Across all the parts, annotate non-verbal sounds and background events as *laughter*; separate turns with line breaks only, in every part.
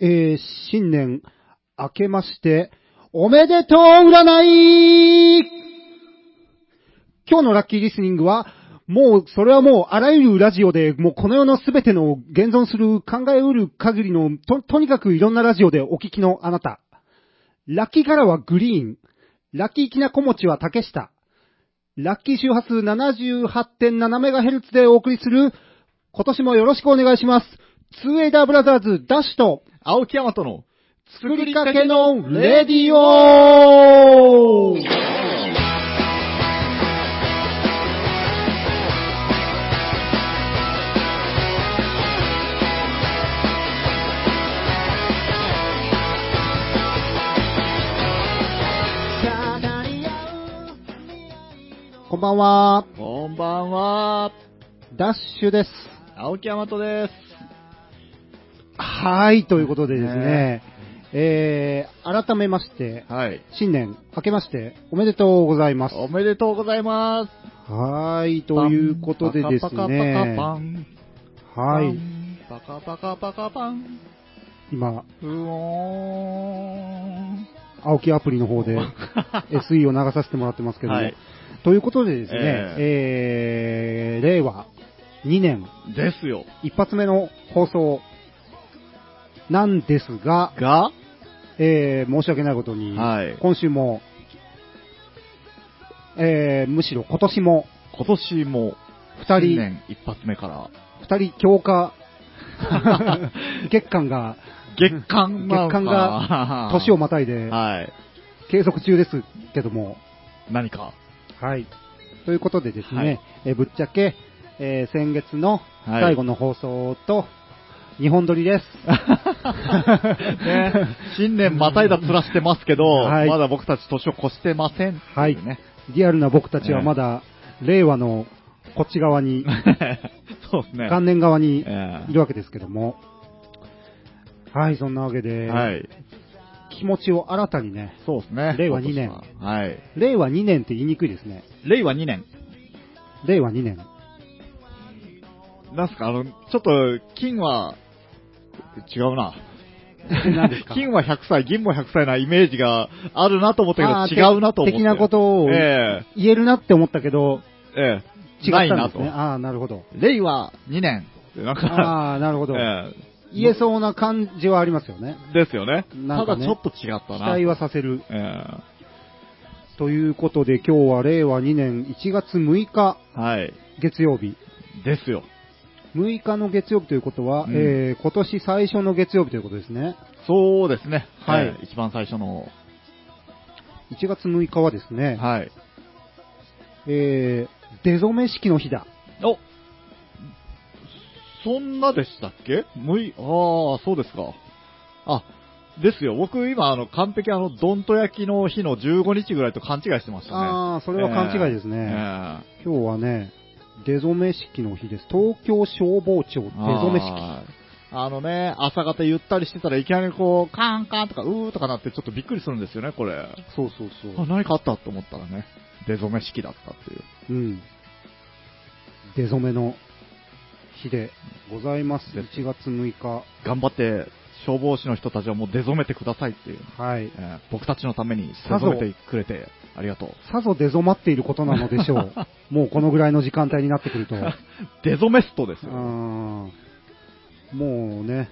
えー、新年明けまして、おめでとう占い今日のラッキーリスニングは、もう、それはもう、あらゆるラジオで、もうこの世のすべての現存する考えうる限りの、と、とにかくいろんなラジオでお聞きのあなた。ラッキーカラーはグリーン。ラッキーきなこ餅は竹下。ラッキー周波数 78.7MHz でお送りする、今年もよろしくお願いします。ツーエイダーブラザーズダッシュと、
青木山との
作りかけのレディオこんばんは、
こんばんは、
ダッシュです。
青木山とです。
はい、ということでですね
ね、
えー、改めまして、
はい。
新年明けましておめでとうございます。
おめでとうございます。
はーい、ということでです
パカパカ
ね、
パン。
はい、。
パカパカパカパン。
今、
ふおーん。
青木アプリの方 *laughs* で SE を流させてもらってますけども、
はい
ということでですね、えー令和2年
ですよ。
一発目の放送なんですが、
が、
えー申し訳ないことに、
はい
今週も、えーむしろ今年も
今年も、
二人
新年一発目から、
2人強
*laughs*
化月間が
月間なのか
月間が年をまたいで
はい。
継続中ですけども、
何か。
はい。ということでですね、
はい
えーぶっちゃけ、えー先月の
はい
最後の放送と、日本撮り
*laughs*
です。
ね、新年またいだ面してますけど、
はい
まだ僕たち年を越してませんってう
はい
ね。
リアルな僕たちはまだ、令和のこっち側
*laughs*
に、
そうですね。
元年側に
ええ
いるわけですけども、はい、そんなわけで、
はい。
気持ちを新たにね、
そうですね。
令和2年
今年は。はい。
令和2年って言いにくいですね。
令和2年。
令和2年。
なんすか、あの、ちょっと、金は、違うな。
何ですか
*laughs* 金は100歳、銀も100歳なイメージがあるなと思った
あー
けど、違うなと思って。
的なことを
え
言えるなって思ったけど、
えええ
違った
ないなん
です
と。
ね。ああ、なるほ
*laughs*
ど。
令和2年。なんか、
ああ、なるほど。
*laughs* え
言えそうな感じはありますよね。
えですよね
なんか
た
ね
だちょっと違った
期
な。
待はさせる。
え
ということで、今日は令和2年1月6日
えはい。
月曜日。
ですよ。
6日の月曜日ということは、
うん
えー今年最初の月曜日ということですね。
そうですね。
はい
ええ一番最初の。
1月6日はですね、
はい。
えー出初め式の日だ。
おそんなでしたっけむい、ああ、そうですか。あ、ですよ。僕今、あの、完璧あの、どんと焼きの日の15日ぐらいと勘違いしてましたね。
ああ、それは勘違いですね。
ええ
今日はね、出初め式の日です。東京消防庁出初め式。
あーあのね、朝方ゆったりしてたらいきなりこう、カンカンとか、うーとかなってちょっとびっくりするんですよね、これ。あ、
そうそうそう。
何かあったと思ったらね、出初め式だったっていう。
うん。出初めの日でございます。
です
1月6日。
頑張って、消防士の人たちはもう出初めてくださいっていう。
はい。
えー僕たちのために
さ
出
ぞ
初めてくれて、ありがと *laughs* う。
さぞ出染まっていることなのでしょ
*laughs*
う。もうこのぐらいの時間帯になってくると。
デゾメストです
うー
よ。
んもうね、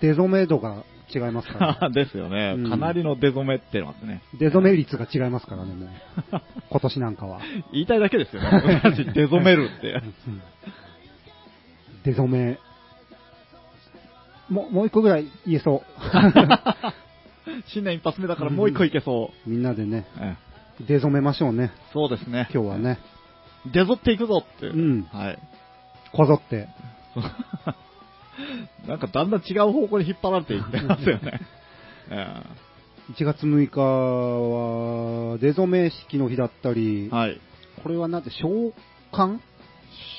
出染め度が違いますから。
*laughs* ですよね
うん。
かなりのデゾメってます *laughs* ね。
出染め率が違いますからね、もう。今年なん
*laughs*
かは。
言いたいだけですよね。 *laughs* 私、デゾめるって。
出染め。もう、もう一個ぐらい言え
*laughs*
そ。
*laughs* 新年一発目だからもう一個いけそう
みんなでね、
う。ええ
出染めましょうね、
そうですね。
今日は。ね。
デゾっていくぞって。
うん
はい。 *laughs*
こぞって。
なんかだんだん違う方向に引っ張られていってますよ *laughs* ね。え
1月6日は、出初め式の日だったり、
えはい。
これはなんて、小寒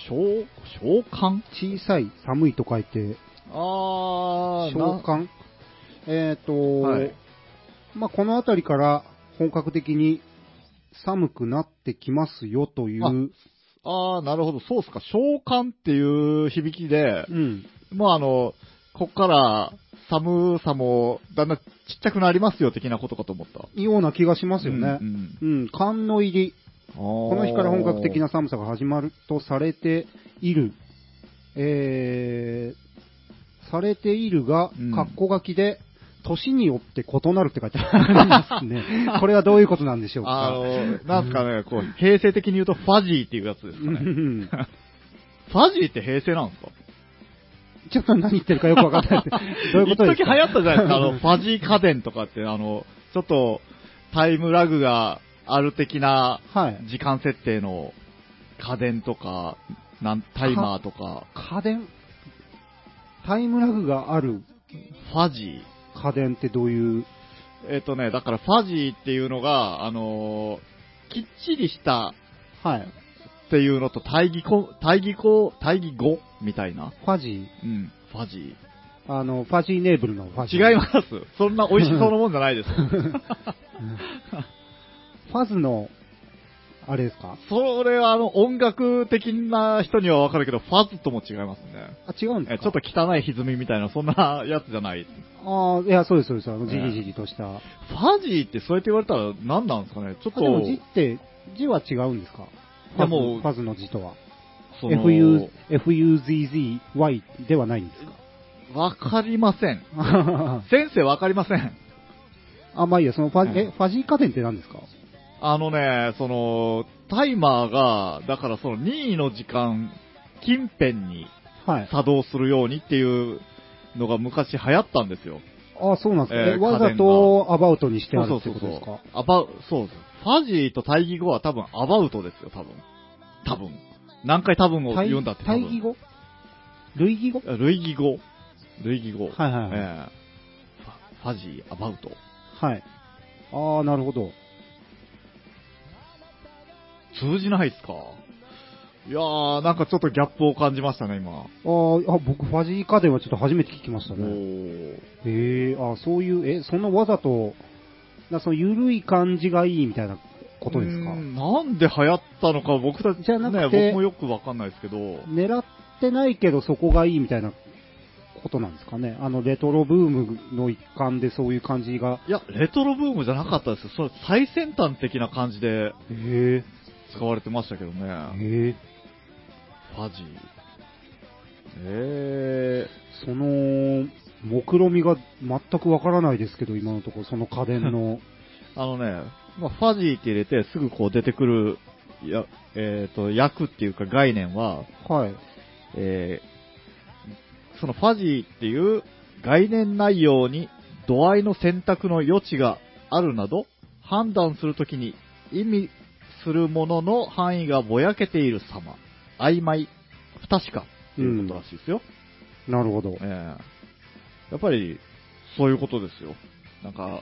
召召喚
小さい、寒いと書いて、
あー、
小寒えっ、と、
なはい。
まあ、この辺りから本格的に寒くなってきますよとい
あ
う、
あー、なるほど。そうっすか。召喚っていう響きで、
うん、
もうあの、こっから寒さもだんだんちっちゃくなりますよ的なことかと思った。
ような気がしますよね
う。ん
うん、寒の入り。
うん
この日から本格的な寒さが始まるとされている。えー、されているが
うん、
格好書きで、年によって異なるって書いてありますね。
*laughs*
これはどういうことなんでしょうか。
あの、なんすかね、こう、平成的に言うとファジーっていうやつです
う
かね。
ん
ファジーって平成なんですか
ちょっと何言ってるかよくわかんない
*laughs*
って。どういうことで
一
す
時
か
流行ったじゃないですか、あの、ファジー家電とかって、あの、ちょっと、タイムラグがある的な
*laughs* はい。
時間設定の家電とか、なんタイマーとか、
家電、タイムラグがある
ファジー。
家電ってどういう、
えっ、とね、だからファジーっていうのが、あのーきっちりした
はい。
っていうのと対義語、対義語、対義語みたいな。
ファジー、
うん、ファジー。
あの、ファジーネーブルのファジー。
違います。そんな美味しそうなもんじ
*laughs*
ゃないです。
ファズの、あれですか
それはあの音楽的な人にはわかるけど、ファズとも違いますね。
あ、違うんで
え
す
ちょ
か
っと汚い歪みみたいな、そんなやつじゃない。
ああ、いや、そうです、そうです。あの、
ね
じりじりとした。
ファジーってそうやって言われたら何なんですかねちょっ
あ、でも字
と、
って、字は違うんですか
い
フ
や
ァズ
もう
ファズの字とは。
その
FU、FUZZY ではないんです
わかりません。 *laughs*
か
先生わかりません。
あ、まあいいや、そのフ
うん
ァ、え、ファジー家電って何ですか
あのね、その、タイマーが、だからその任意の時間近辺に
はい。
作動するようにっていうのが昔流行ったんですよ。
あ、そうなんですか。え
えー
わざとアバウトにしてあるってことですか
アバウそうです。ファジーと対義語は多分アバウトですよ、多分。多分。何回多分を
対
言うんだって多
対義
分。
語類義語
類義語。類義語。
はいはいはい
ええファファジー、アバウト。
はい。ああ、なるほど。
通じないっすかいやー、なんかちょっとギャップを感じましたね、今。
あーあ、僕、ファジー家電はちょっと初めて聞きました
お
ね。へ
ー
え、あそういう、え、そんなわざと、なその緩い感じがいいみたいなことですか
うーんなんで流行ったのか、僕たち、
じゃなくて
ね、僕もよくわかんないですけど、
狙ってないけどそこがいいみたいなことなんですかね。あの、レトロブームの一環でそういう感じが。
いや、レトロブームじゃなかったですよ。それ最先端的な感じで
へ
使われてましたけど
え、
ね。
へえ、
ファジー。え
その、目論みが全くわからないですけど、今のところ、その家電の。
ー、あのね、まあ、ファジーって入れてすぐこう出てくる、や、えっ、と、役っていうか概念は、
*laughs* はい。
えーそのファジーっていう概念内容に度合いの選択の余地があるなど、判断するときに意味するものの範囲がぼやけている様、曖昧、不確かということらしいですよ。
なるほど。
えーやっぱりそういうことですよ。なんか、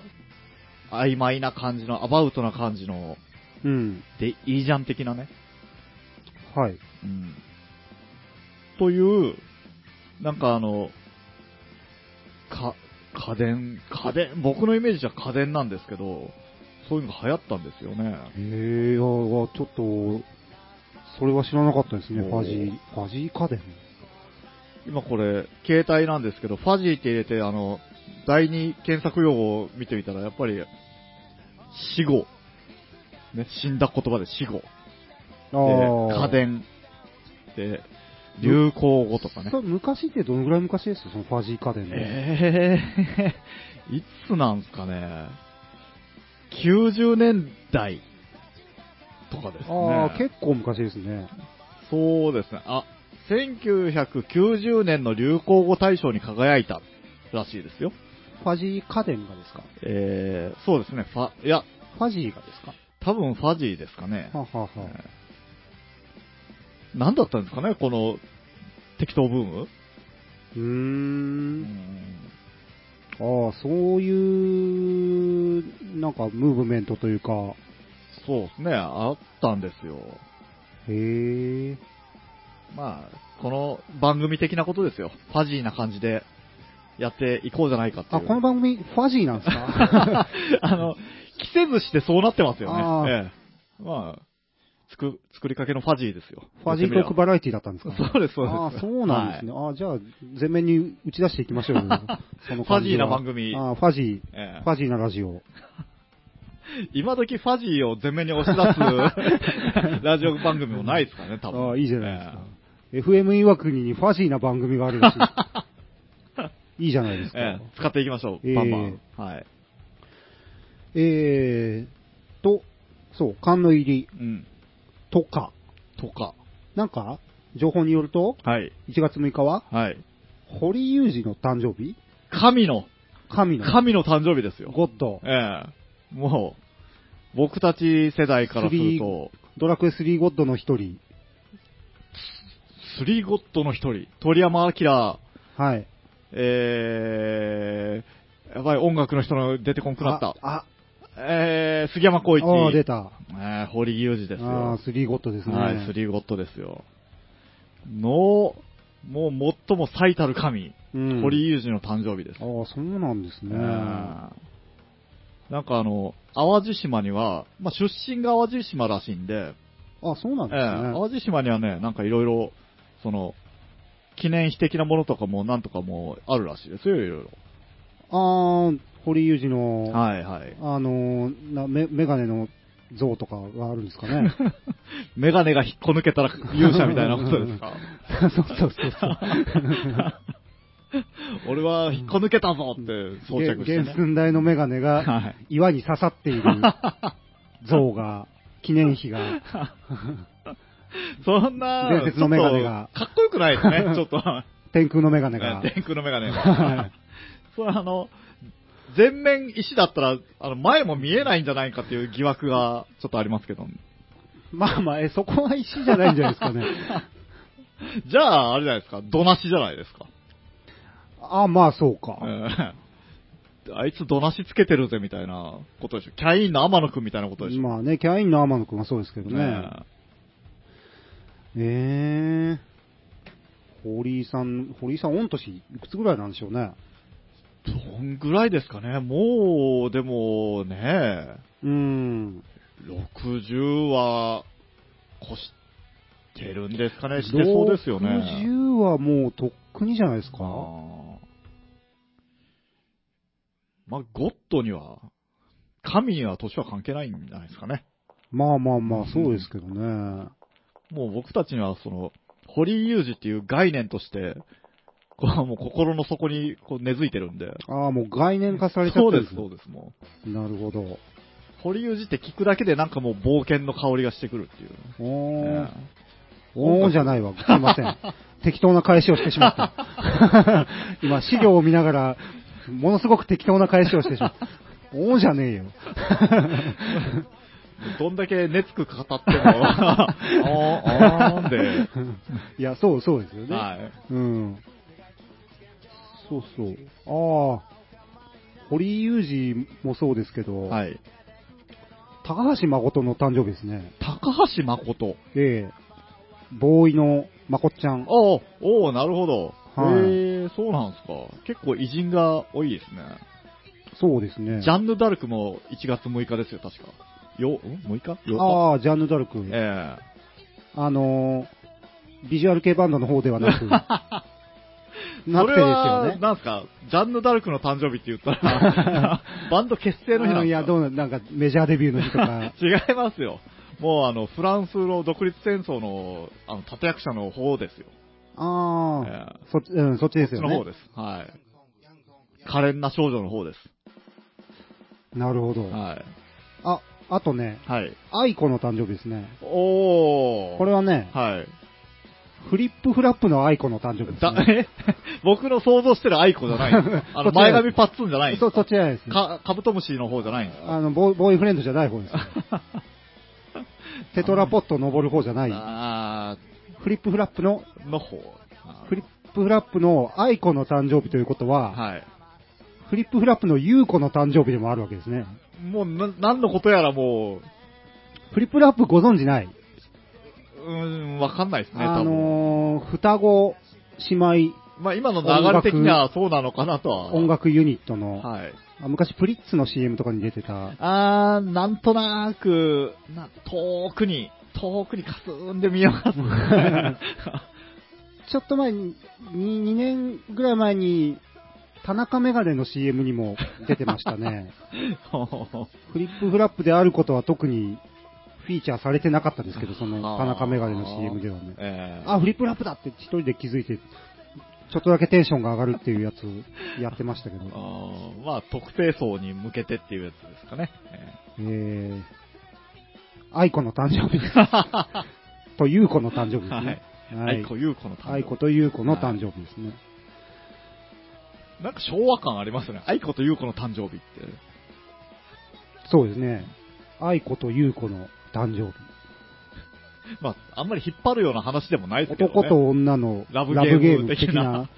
曖昧な感じの、アバウトな感じの、
うん。
でいいじゃん的なね。
はい。
うんという、なんかあの、か、家電、家電、僕のイメージじゃ家電なんですけど、そういうのが流行ったんですよね。
へえ、ああちょっと、それは知らなかったですね、
おー
ファジー。ファジー家電
今これ、携帯なんですけど、ファジーって入れて、あの、第二検索用語を見てみたら、やっぱり、死後。ね、死んだ言葉で死後。
あ
で
ー
家電。で、流行語とかね。
それ昔ってどのぐらい昔ですそのファジー家電の。
ええいつなんすかね。90年代とかですね。
ああ、結構昔ですね。
そうですね。あ、1990年の流行語大賞に輝いたらしいですよ。
ファジー家電がですか
えー、そうですね。ファ、いや、
ファジーがですか
多分ファジーですかね。
はあはあはあ
えー何だったんですかね、この適当ブーム。
うー。
うんん
ああ、そういう、なんか、ムーブメントというか、
そうですね、あったんですよ。
へえ。
まあ、この番組的なことですよ。ファジーな感じでやっていこうじゃないかって
あ、
いう。
この番組、ファジーなんですか
*laughs* あの、着せずしてそうなってますよ
あー
ね。ええ、まあ、つく、作りかけのファジーですよ。
ファジートークバラエティだったんですか、
そうです、そうです。
ああ、そうなんですね。ああ、じゃあ、全面に打ち出していきましょう
*laughs*
よ。その感じは
ファジーな番組
ああ、ファジー。
ええ
ファジーなラジオ。
はい。 *laughs* 今時ファジーを前面に押し
*laughs*
出すラジオ番組もないですからね、多分。
ああ、いいじゃないですか。FM 岩国にファジーな番組があるらし
*laughs*
い。いいじゃないですか。
ええ。ええ使っていきましょ
ええ
う、バンバン。はい。
えーと、そう、缶の入り
うん。
とか、
とか。
なんか、情報によると、
はい。
1月6日は、
はい。
堀裕二の誕生日
神の、
神の。
神の誕生日ですよ。
ゴッド。
ええ。もう、僕たち世代からすると、
ドラクエ3ゴッドの一人。
スリーゴッドの一人、鳥山明、
はい。
えー、やばい、音楽の人の出てこんくなった。
あ、
えー、杉山浩一。
ああ、出た。
えー、堀木雄二です
ああ
よ。
ー、3ゴッドですね。
はい、スリーゴッドですよ。の、もう最も最たる神、
うん
堀井雄二の誕生日です。
ああ、そうなんですね。
うんなんかあの、淡路島には、まあ、出身が淡路島らしいんで、
あ、そうなん
え
ですね。
え淡路島にはね、なんかいろいろ、その、記念碑的なものとかもなんとかもあるらしいですよ、いろい
ああ、堀裕二
ろ。
の、
はいはい。 *laughs*
あのーなメ、メガネの像とかがあるんですかね。
メガネが引っこ抜けたら *laughs* 勇者みたいなことですか
*laughs* そうそうそうそう。
*laughs* 俺は引っこ抜けたぞって装着して
げ原
ね。
寸大のメガネが
はい。
岩に刺さっている像が、記念碑が。
そんな、
伝説のメガネが
ちょっとかっこよくないです
*laughs*
ね、ちょっと。
天空のメガネが。
天空のメガネ
は
が
い。
それあの、全面石だったら、あの、前も見えないんじゃないかっていう疑惑がちょっとありますけど。
まあまあ、え、そこは石じゃないんじゃないです
*laughs*
かね。
じゃあ、あれじゃないですか、どなしじゃないですか。
ああ、まあそうか。
ええあいつどなしつけてるぜみたいなことでしょ。キャインの天野くんみたいなことでしょ。
まあね、キャインの天野くんはそうですけどね。
ね
ええ堀井さん、堀井さん、御年いくつぐらいなんでしょうね。
どんぐらいですかね。もう、でもね、
うーん。
60は越してるんですかね。してそうですよね。
60はもうとっくにじゃないですか。
あーまあ、ゴッドには、神には年は関係ないんじゃないですかね。
まあまあまあ、そうですけどね。
もう僕たちには、その、堀井雄二っていう概念として、こうもう心の底にこう根付いてるんで。
ああ、もう概念化されちゃ
そ
っ
う
て
で
る
す、そうです、もう。
なるほど。
堀井雄二って聞くだけでなんかもう冒険の香りがしてくるっていう。
おー、
ええ
おーじゃないわ。すいませ
*laughs*
ん。適当な返しをしてしまった。今、資料を見ながら、ものすごく適当な返しをしてしまった。おーじゃねえ
*laughs*
よ。
どんだけ熱く語っても、あー、あーんで、
いや、そうそうですよね。
はい。
うん。そうそう。ああ、堀井雄二もそうですけど、
はい。
高橋誠の誕生日ですね。
高橋誠。
ええボーイの誠ちゃん。
おうおうなるほど。
はい
へえ、そうなんですか。結構偉人が多いですね。
そうですね。
ジャンヌ・ダルクも1月6日ですよ、確か。よ、ん ?6 日 ?8 日
ああ、ジャンヌ・ダルク。
え
あのー、ビジュアル系バンドの方では
*laughs*
なく、なくてですよ
えそれは
ね。
なんすか、ジャンヌ・ダルクの誕生日って言った
*laughs*
ら、バンド結成の日なん
い
です
や、
か。
どうな、なんかメジャーデビューの日とか
*laughs* 違いますよ。もうあの、フランスの独立戦争の、あの、立役者の方ですよ。
ああ、
ええ
そっち、うん、そっちです
そっ
よ
ちの方
ね。
です。はい。可憐な少女の方です。
なるほど。
はい。
あ、あとね、
はい。
愛子の誕生日ですね。
おー。
これはね、
はい。
フリップフラップの愛子の誕生日です、
だ、
ね。
え *laughs* 僕の想像してるアイコじゃないん *laughs* ですかあ
そ
の、
っちじゃ
前
ない
髪パッツンじゃないんです
そ
か
そっちじゃないです、ね。
かカブトムシの方じゃないんですか
あのボー、ボーイフレンドじゃない方
*laughs*
です。テトラポット登る方じゃない。
あ
フリップフラップの、
ー、の方。あー
フリップフラップの愛子の誕生日ということは、
はい。
フリップフラップの優子の誕生日でもあるわけですね。
もう、な、何のことやらも
フリップフラップご存じない。
う、うーん、わかんないですね、
あ
多分。
のー、双子姉妹
まあ、今の流れ的にはそうなのかなとは。
音楽ユニットの、
はい。
あ昔プリッツの CM とかに出てた、
あー、なんとなく、な、遠くに遠くにかすんで見よ
*laughs*
がす。
ちょっと前に、2, 年ぐらい前に、田中メガネの CM にも出てました
*laughs*
ね。フリップフラップであることは特にフィーチャーされてなかったですけど、その田中メガネの CM ではね。
ええ
あ、フリップフラップだって一人で気づいて、ちょっとだけテンションが上がるっていうやつやってましたけど。
あーまあ、特定層に向けてっていうやつですかね。
えー、アイコの誕生
*laughs*
日です。
えー
と、ユうコの誕生日ですね。
はい。愛子優子の誕生日
愛子と優子の誕生日ですね。
なんか昭和感ありますね。愛子と優子の誕生日って。
そうですね。愛子と優子の誕生
まあ、あんまり引っ張るような話でもない
日。
ですけど、ね。
男と女の
ラ
ラ
ブ
ブ
ゲーム
ゲーム的な
な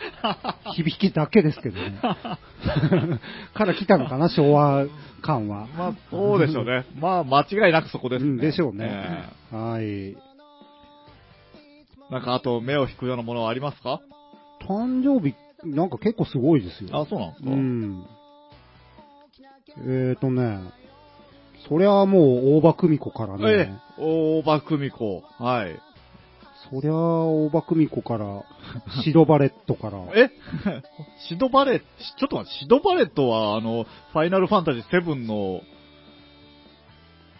響きだけですけどね。から来たのかな、昭和感は。
*laughs* まあ、そうでしょうね。まあ、間違いなくそこです
う
ね。
んでしょうね。
え
はい。
えなんか、あと、目を引くようなものはありますか
誕生日、なんか結構すごいですよ。
あ、そうなんです
う
か、
ん。えーとね、そりゃもう大場久美子からね、
ええ、大場久美子。はい。
そりゃ大場久美子から、シドバレットから、
え *laughs* シドバレット、ちょっと待って、シドバレットは、あの、ファイナルファンタジー7の、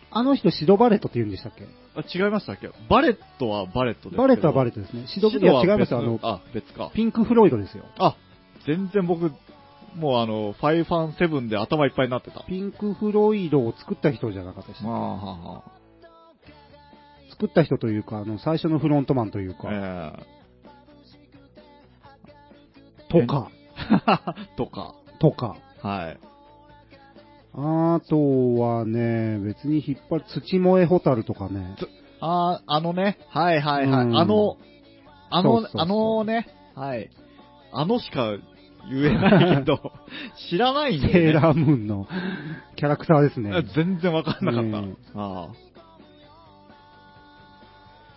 あの人シドバレットって言うんでしたっけ
あ違いましたっけバレットはバレットですけど
バレットはバレットですね。シド、い
シ
や
は
違います
別
あの、
あ、別か。
ピンクフロイドですよ。
あ、全然僕、もうあの、ファイファン7で頭いっぱいになってた。
ピンクフロイドを作った人じゃなかったでした
ま
っ
あ、はは
け作った人というか、あの、最初のフロントマンというか、
え
とか、
え *laughs* とか。
とか。
はい。
あとはね、別に引っ張る、土萌えホタルとかね。
あー、あのね。はいはいはい。
うん
あの、あの、
そうそうそう
あのね。はい。あのしか言えない
*laughs*
けど、知らないんで、ね。
セーラームーンのキャラクターですね。
あ全然わかんなかった。
うん
あ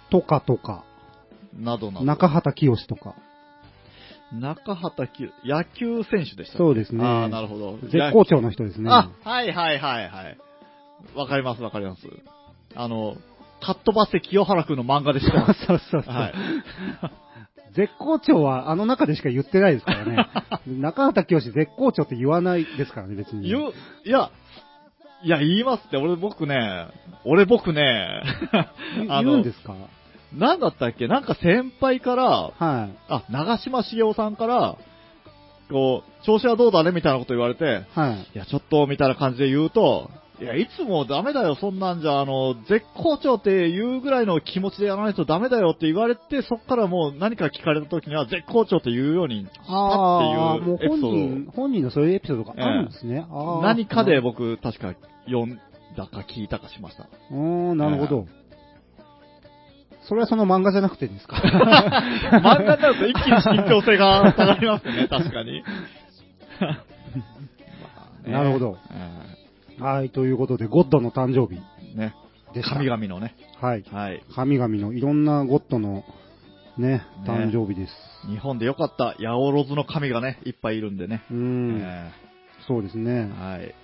とかとか、
あ。などなど。
中畑清とか。
中畑清、野球選手でしたね、
そうですね
ああ、なるほど。
絶好調の人ですね。
あ、はいはいはいはい。わかりますわかります。あの、カットバセ清原くんの漫画でし
そう
た。
そうそうそう、
はい。
*laughs* 絶好調はあの中でしか言ってないですから
*laughs*
ね。中畑清絶好調って言わないですからね、別に。
言う、いや、いや、言いますって、俺僕ね、俺僕ね、
言
あ
言う
の
んで、すか
なんだったっけなんか先輩から、
はい。
あ、長嶋茂雄さんから、こう、調子はどうだねみたいなこと言われて、
はい。
いや、ちょっと、みたいな感じで言うと、いや、いつもダメだよ、そんなんじゃ、あの、絶好調って言うぐらいの気持ちでやらないとダメだよって言われて、そっからもう何か聞かれた時には絶好調って言うように、
あー
っていう
もう
エピ
本
ソード
人、本人のそういうエピソードがあるんですね。あー
何かで僕、確か読んだか聞いたかしました。
うーん、なるほど。それはその漫画じゃなくてですか
漫画になると一気に信憑性が下がりますね、確かに。 *laughs* まあね
*laughs* なるほど。
え
はい、ということで、ゴッドの誕生日
ーね。
でした。
神々のね。
はい。
はい。
神々のいろんなゴッドのね、誕生日です。
日本でよかった、八百万の神がね、いっぱいいるんでね。
うーん、
え
そうです
ー
ね。
はい。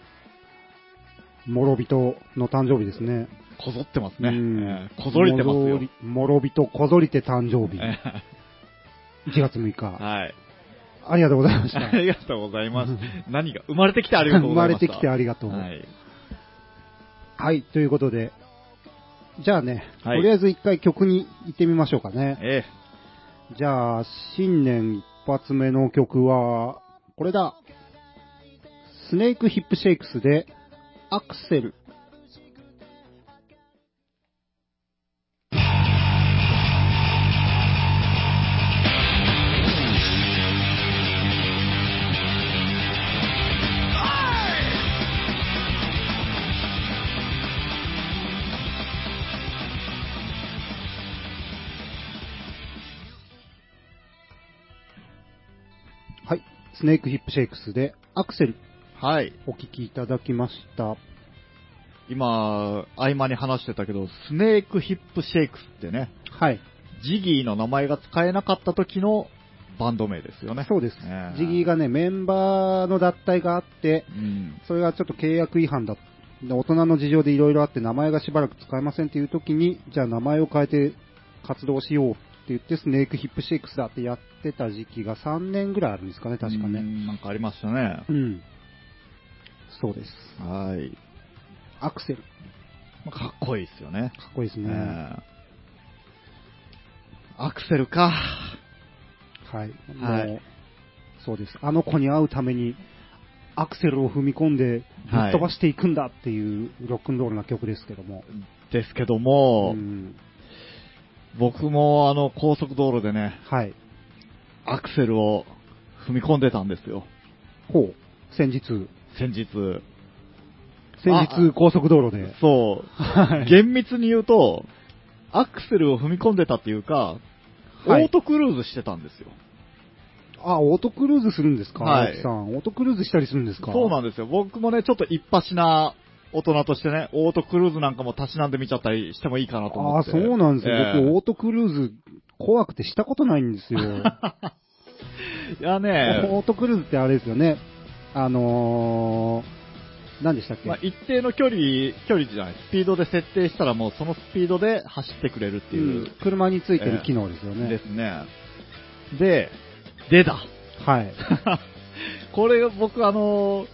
諸人の誕生日ですね。
こぞってますね。
うん
えーこぞりてますよ。。
諸人こぞりて誕生日。
え
1月6
ー
日。
はい。
ありがとうございました。
ありがとうござ
*laughs*
います。何が生まれてきて *laughs* ありがとう
生
ご
ま
ざい
れ
ました。
てきてありがとう。
は
はい、
い。
ということで。じゃあね、
はい
とりあえず一回曲に行ってみましょうかね。
え
じゃあ、新年一発目の曲は、これだ。スネークヒップシェイクスで、アクセル。はい。スネークヒップシェイクスで、アクセル、
ーはい。
お聴きいただきました。
今、合間に話してたけど、スネークヒップシェイクスってね、
はい。
ジギーの名前が使えなかった時のバンド名ですよね。
そうです
え。え
ジギーがね、メンバーの脱退があって、
うん。
それがちょっと契約違反だで大人の事情でいろいろあって名前がしばらく使えませんっていう時に、じゃあ名前を変えて活動しようって言って、スネークヒップシェイクスだってやってた時期が3年ぐらいあるんですかね、確か
う
ね。
んなんかありましたね。
うん。そうです。
はい。
アクセル。か
まあかっこいいですよね。
っこいいですね。
ええアクセルか。
はい。
はい
もう、そうです。あの子に会うために、アクセルを踏み込んで、ぶっ飛ばしていくんだっていうロックンロールな曲ですけども。
ですけども、
うん
僕もあの高速道路でね、
はい。
アクセルを踏み込んでたんですよ。
ほう。先日。
先日。
先日、高速道路で。
そう。
は。
厳密に言うと、アクセルを踏み込んでたっていうか、
はい
オートクルーズしてたんですよ。
あ、オートクルーズするんですか
はい
青木さん。オートクルーズしたりするんですか
そうなんですよ。僕もね、ちょっと一発な大人としてね、オートクルーズなんかもたしなんで見ちゃったりしてもいいかなと思
あ
っ
あ、
て。
そうなんですよ。
ええ
僕、オートクルーズ怖くてしたことないんですよ。
いや
*laughs*
ね、
オートクルーズってあれですよね。あのー、何でしたっけ、
まあ、一定の距離、距離じゃない、スピードで設定したらもうそのスピードで走ってくれるってい
う、
う
ん車についてる機能ですよね。
ですね。で、出た。
はい。
これ僕あの、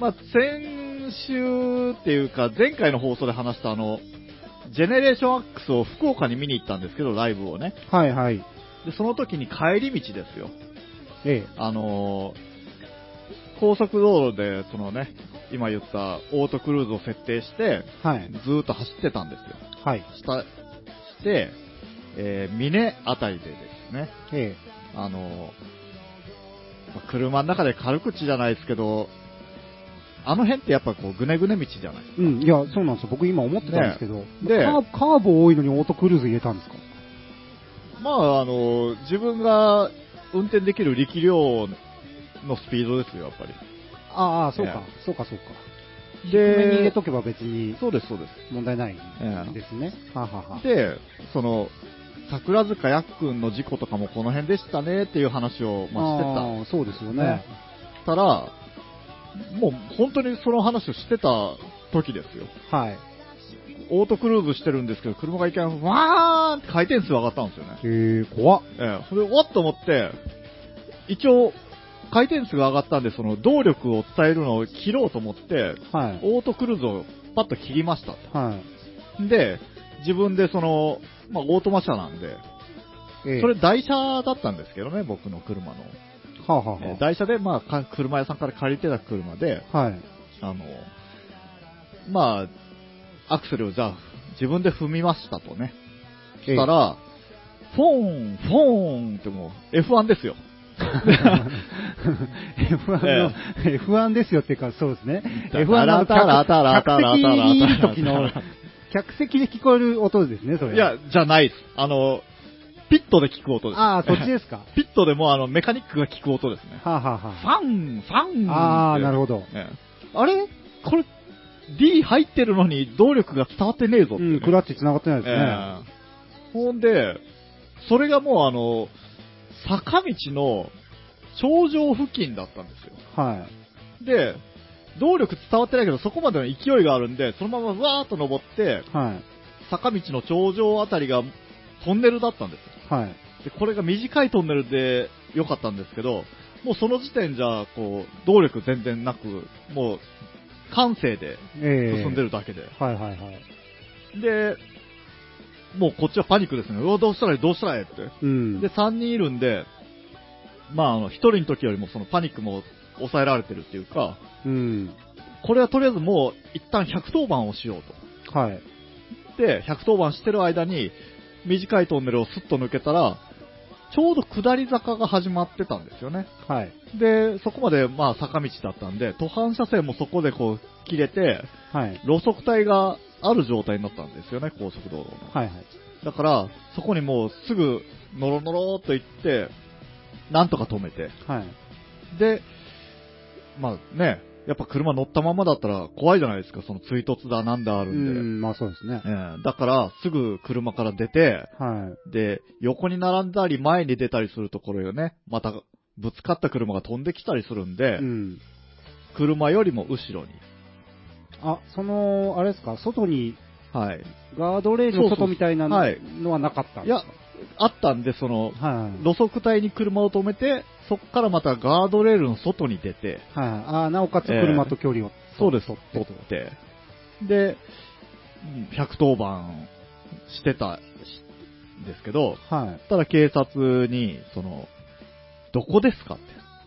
まあ、先週っていうか、前回の放送で話したあの、ジェネレーション X を福岡に見に行ったんですけど、ライブをね。
はいはい。
で、その時に帰り道ですよ。
ええ。
あのー高速道路で、そのね、今言ったオートクルーズを設定して、
はい。
ずーっと走ってたんですよ。
はい。
した、して、えー、峰あたりでですね、
え
あの、まあ車の中で軽口じゃないですけど、あの辺ってやっぱこうぐねぐね道じゃない
え。うん。いや、そうなんですよ。僕今思ってたんですけど。
で
カーブ、カーブ多いのにオートクルーズ入れたんですか
まああの、自分が運転できる力量のスピードですよ、やっぱり。
ああ、そうか
え。
そうか、そうか。低めに入れ
で
と、けば別に
そうです、そうです。
問題ない
ええ
ですね。はあはあはあ
で、その、桜塚やっくんの事故とかもこの辺でしたねっていう話を、まあ、
あーそうですよね。
ねしてたら、もう本当にその話をしてた時ですよ。
はい。
オートクルーズしてるんですけど、車がいきなり、わーんって回転数上がったんですよね。
えー、怖っ。
ええ、それで、わっと思って、一応、回転数が上がったんで、その動力を伝えるのを切ろうと思って、
はい。
オートクルーズをパッと切りました
はい。
と。で、自分でその、まあ、オートマ車なんで、
ええ
それ台車だったんですけどね、僕の車の。
はあ、はあ
ええ
は
台車で、まあか、車屋さんから借りてた車で、
あ、はい。
あの、まあ、アクセルをじゃあ、自分で踏みましたとね。
ええ
したら、フォーン、フォーンってもう F1 ですよ。
F1 の、F1 ですよっていうか、そうですね。
だ
F1 の
たらたらた
客
ら
席
たら
にいる時の
たら、
客席で聞こえる音ですね、それ。
いや、じゃないです。あの、ピットで聞く音です。
ああ、そっちですか。
*laughs* ピットでもうあの、メカニックが聞く音ですね。
はあ、はあ
フ
は
ァン、ファン
あ、ああ、なる
ほ
ほど。
ど。ええあれこれ、D 入ってるのに動力が伝わってねえぞって
う
ね
ん、クラッチ繋がってないですね。
ええほんで、それがもうあの、坂道の頂上付近だったんですよ。
は
で、動力伝わってないけど、そこまでの勢いがあるんで、そのままわーっと登って、
い。はい。
坂道の頂上あたりがトンネルだったんですよ
はい。
で、これが短いトンネルで良かったんですけど、もうその時点じゃ、こう、動力全然なく、もう、感性で
ええ
進んでるだけで。
はいはいはい。
で、もうこっちはパニックですね。うわ、どうしたらいいどうしたらいいって。
うん。
で、3人いるんで、まあ、あの、1人の時よりもそのパニックも抑えられてるっていうか、
うん。
これはとりあえずもう、一旦110番をしようと。
はい。
で、110番してる間に、短いトンネルをスッと抜けたら、ちょうど下り坂が始まってたんですよね。
はい。
で、そこまで、まあ、坂道だったんで、途半車線もそこでこう、切れて、
はい。
路側帯がある状態になったんですよね、高速道路の。
はいはい。
だから、そこにもうすぐ、ノロノローっと行って、なんとか止めて。
はい。
で、まあね、やっぱ車乗ったままだったら怖いじゃないですか、その追突だなんだあ
う
るんで。
ん、まあそうですね。
ええだから、すぐ車から出て、
は
で、横に並んだり前に出たりするところよね、またぶつかった車が飛んできたりするんで、
い。うん。
車よりも後ろに。
あ、その、あれですか、外に、
はい。
ガードレールの外みたいなの
そうそうそ
はなかったん
い
です
や、あったんで、その、
かはい。
路側帯に車を止めて、そこからまたガードレールの外に出て、
はい、あーなおかつ車と距離を、
そうです、取
取って
っ。て。で、110番してたしですけど、
は
ただ警察に、その、どこですかっ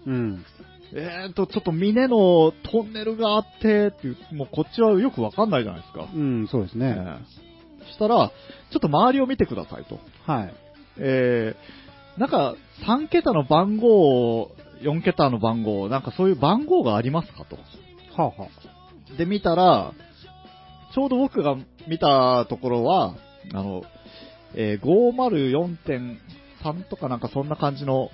て。
い。うん。
えーと、ちょっと峰のトンネルがあって、っていう、もうこっちはよくわかんないじゃないですか。
うん、そうです
え
ね。
ーしたら、ちょっと周りを見てくださいと。
はい。
えーなんか、3桁の番号、4桁の番号、なんかそういう番号がありますかと。
はあ、は
で見たら、ちょうど僕が見たところは、あの、えー504.3とかなんかそんな感じの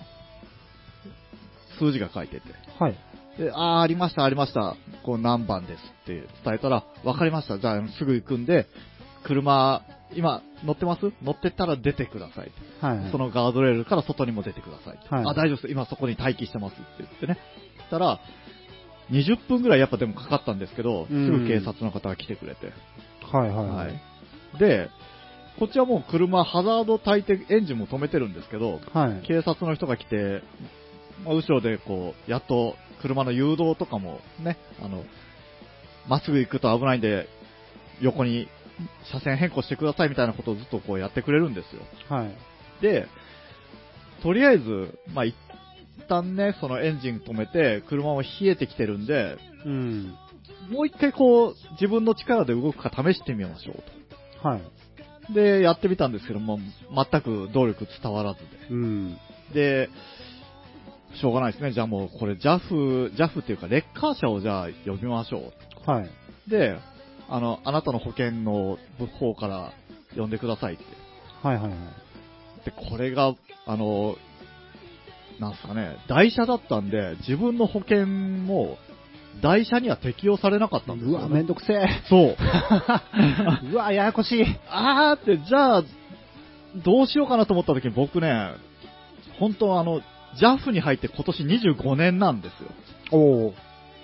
数字が書いてて。
あ、はい。
で、あー、ありました、ありました。こう何番ですって伝えたら、わかりました。じゃあすぐ行くんで、車、今乗ってます乗ってたら出てください。
はい。
そのガードレールから外にも出てください。
はい
あ、大丈夫です。今そこに待機してますって言ってね。したら、20分ぐらいやっぱでもかかったんですけど、す
うん
ぐ警察の方が来てくれて。
はいはいは。
はいい。で、こっちはもう車、ハザード焚いて、エンジンも止めてるんですけど、
はい。
警察の人が来て、まあ後ろでこう、やっと車の誘導とかもね、あの、まっすぐ行くと危ないんで、横に車線変更してくださいみたいなことをずっとこうやってくれるんですよ。
はい。
で、とりあえず、まあ、一旦ね、そのエンジン止めて、車も冷えてきてるんで、
うん。
もう一回こう、自分の力で動くか試してみましょう
はい。
と。で、やってみたんですけども、全く動力伝わらず
うん。
で。で、しょうがないですね。じゃあもう、これ JAF、JAF っていうか、レッカー車をじゃあ呼びましょ
はい。
う。で、あの、あなたの保険の方から呼んでくださいって。
はいはいはい。
で、これが、あの、なんすかね、台車だったんで、自分の保険も、台車には適用されなかったんです
う
よ、
わ、め
ね。
んどくせ *laughs* え。
そう。
うわ、ややこしい。
あーって、じゃあ、どうしようかなと思った時に僕ね、本当あの、JAF に入って今年25年なんですよ。
おお。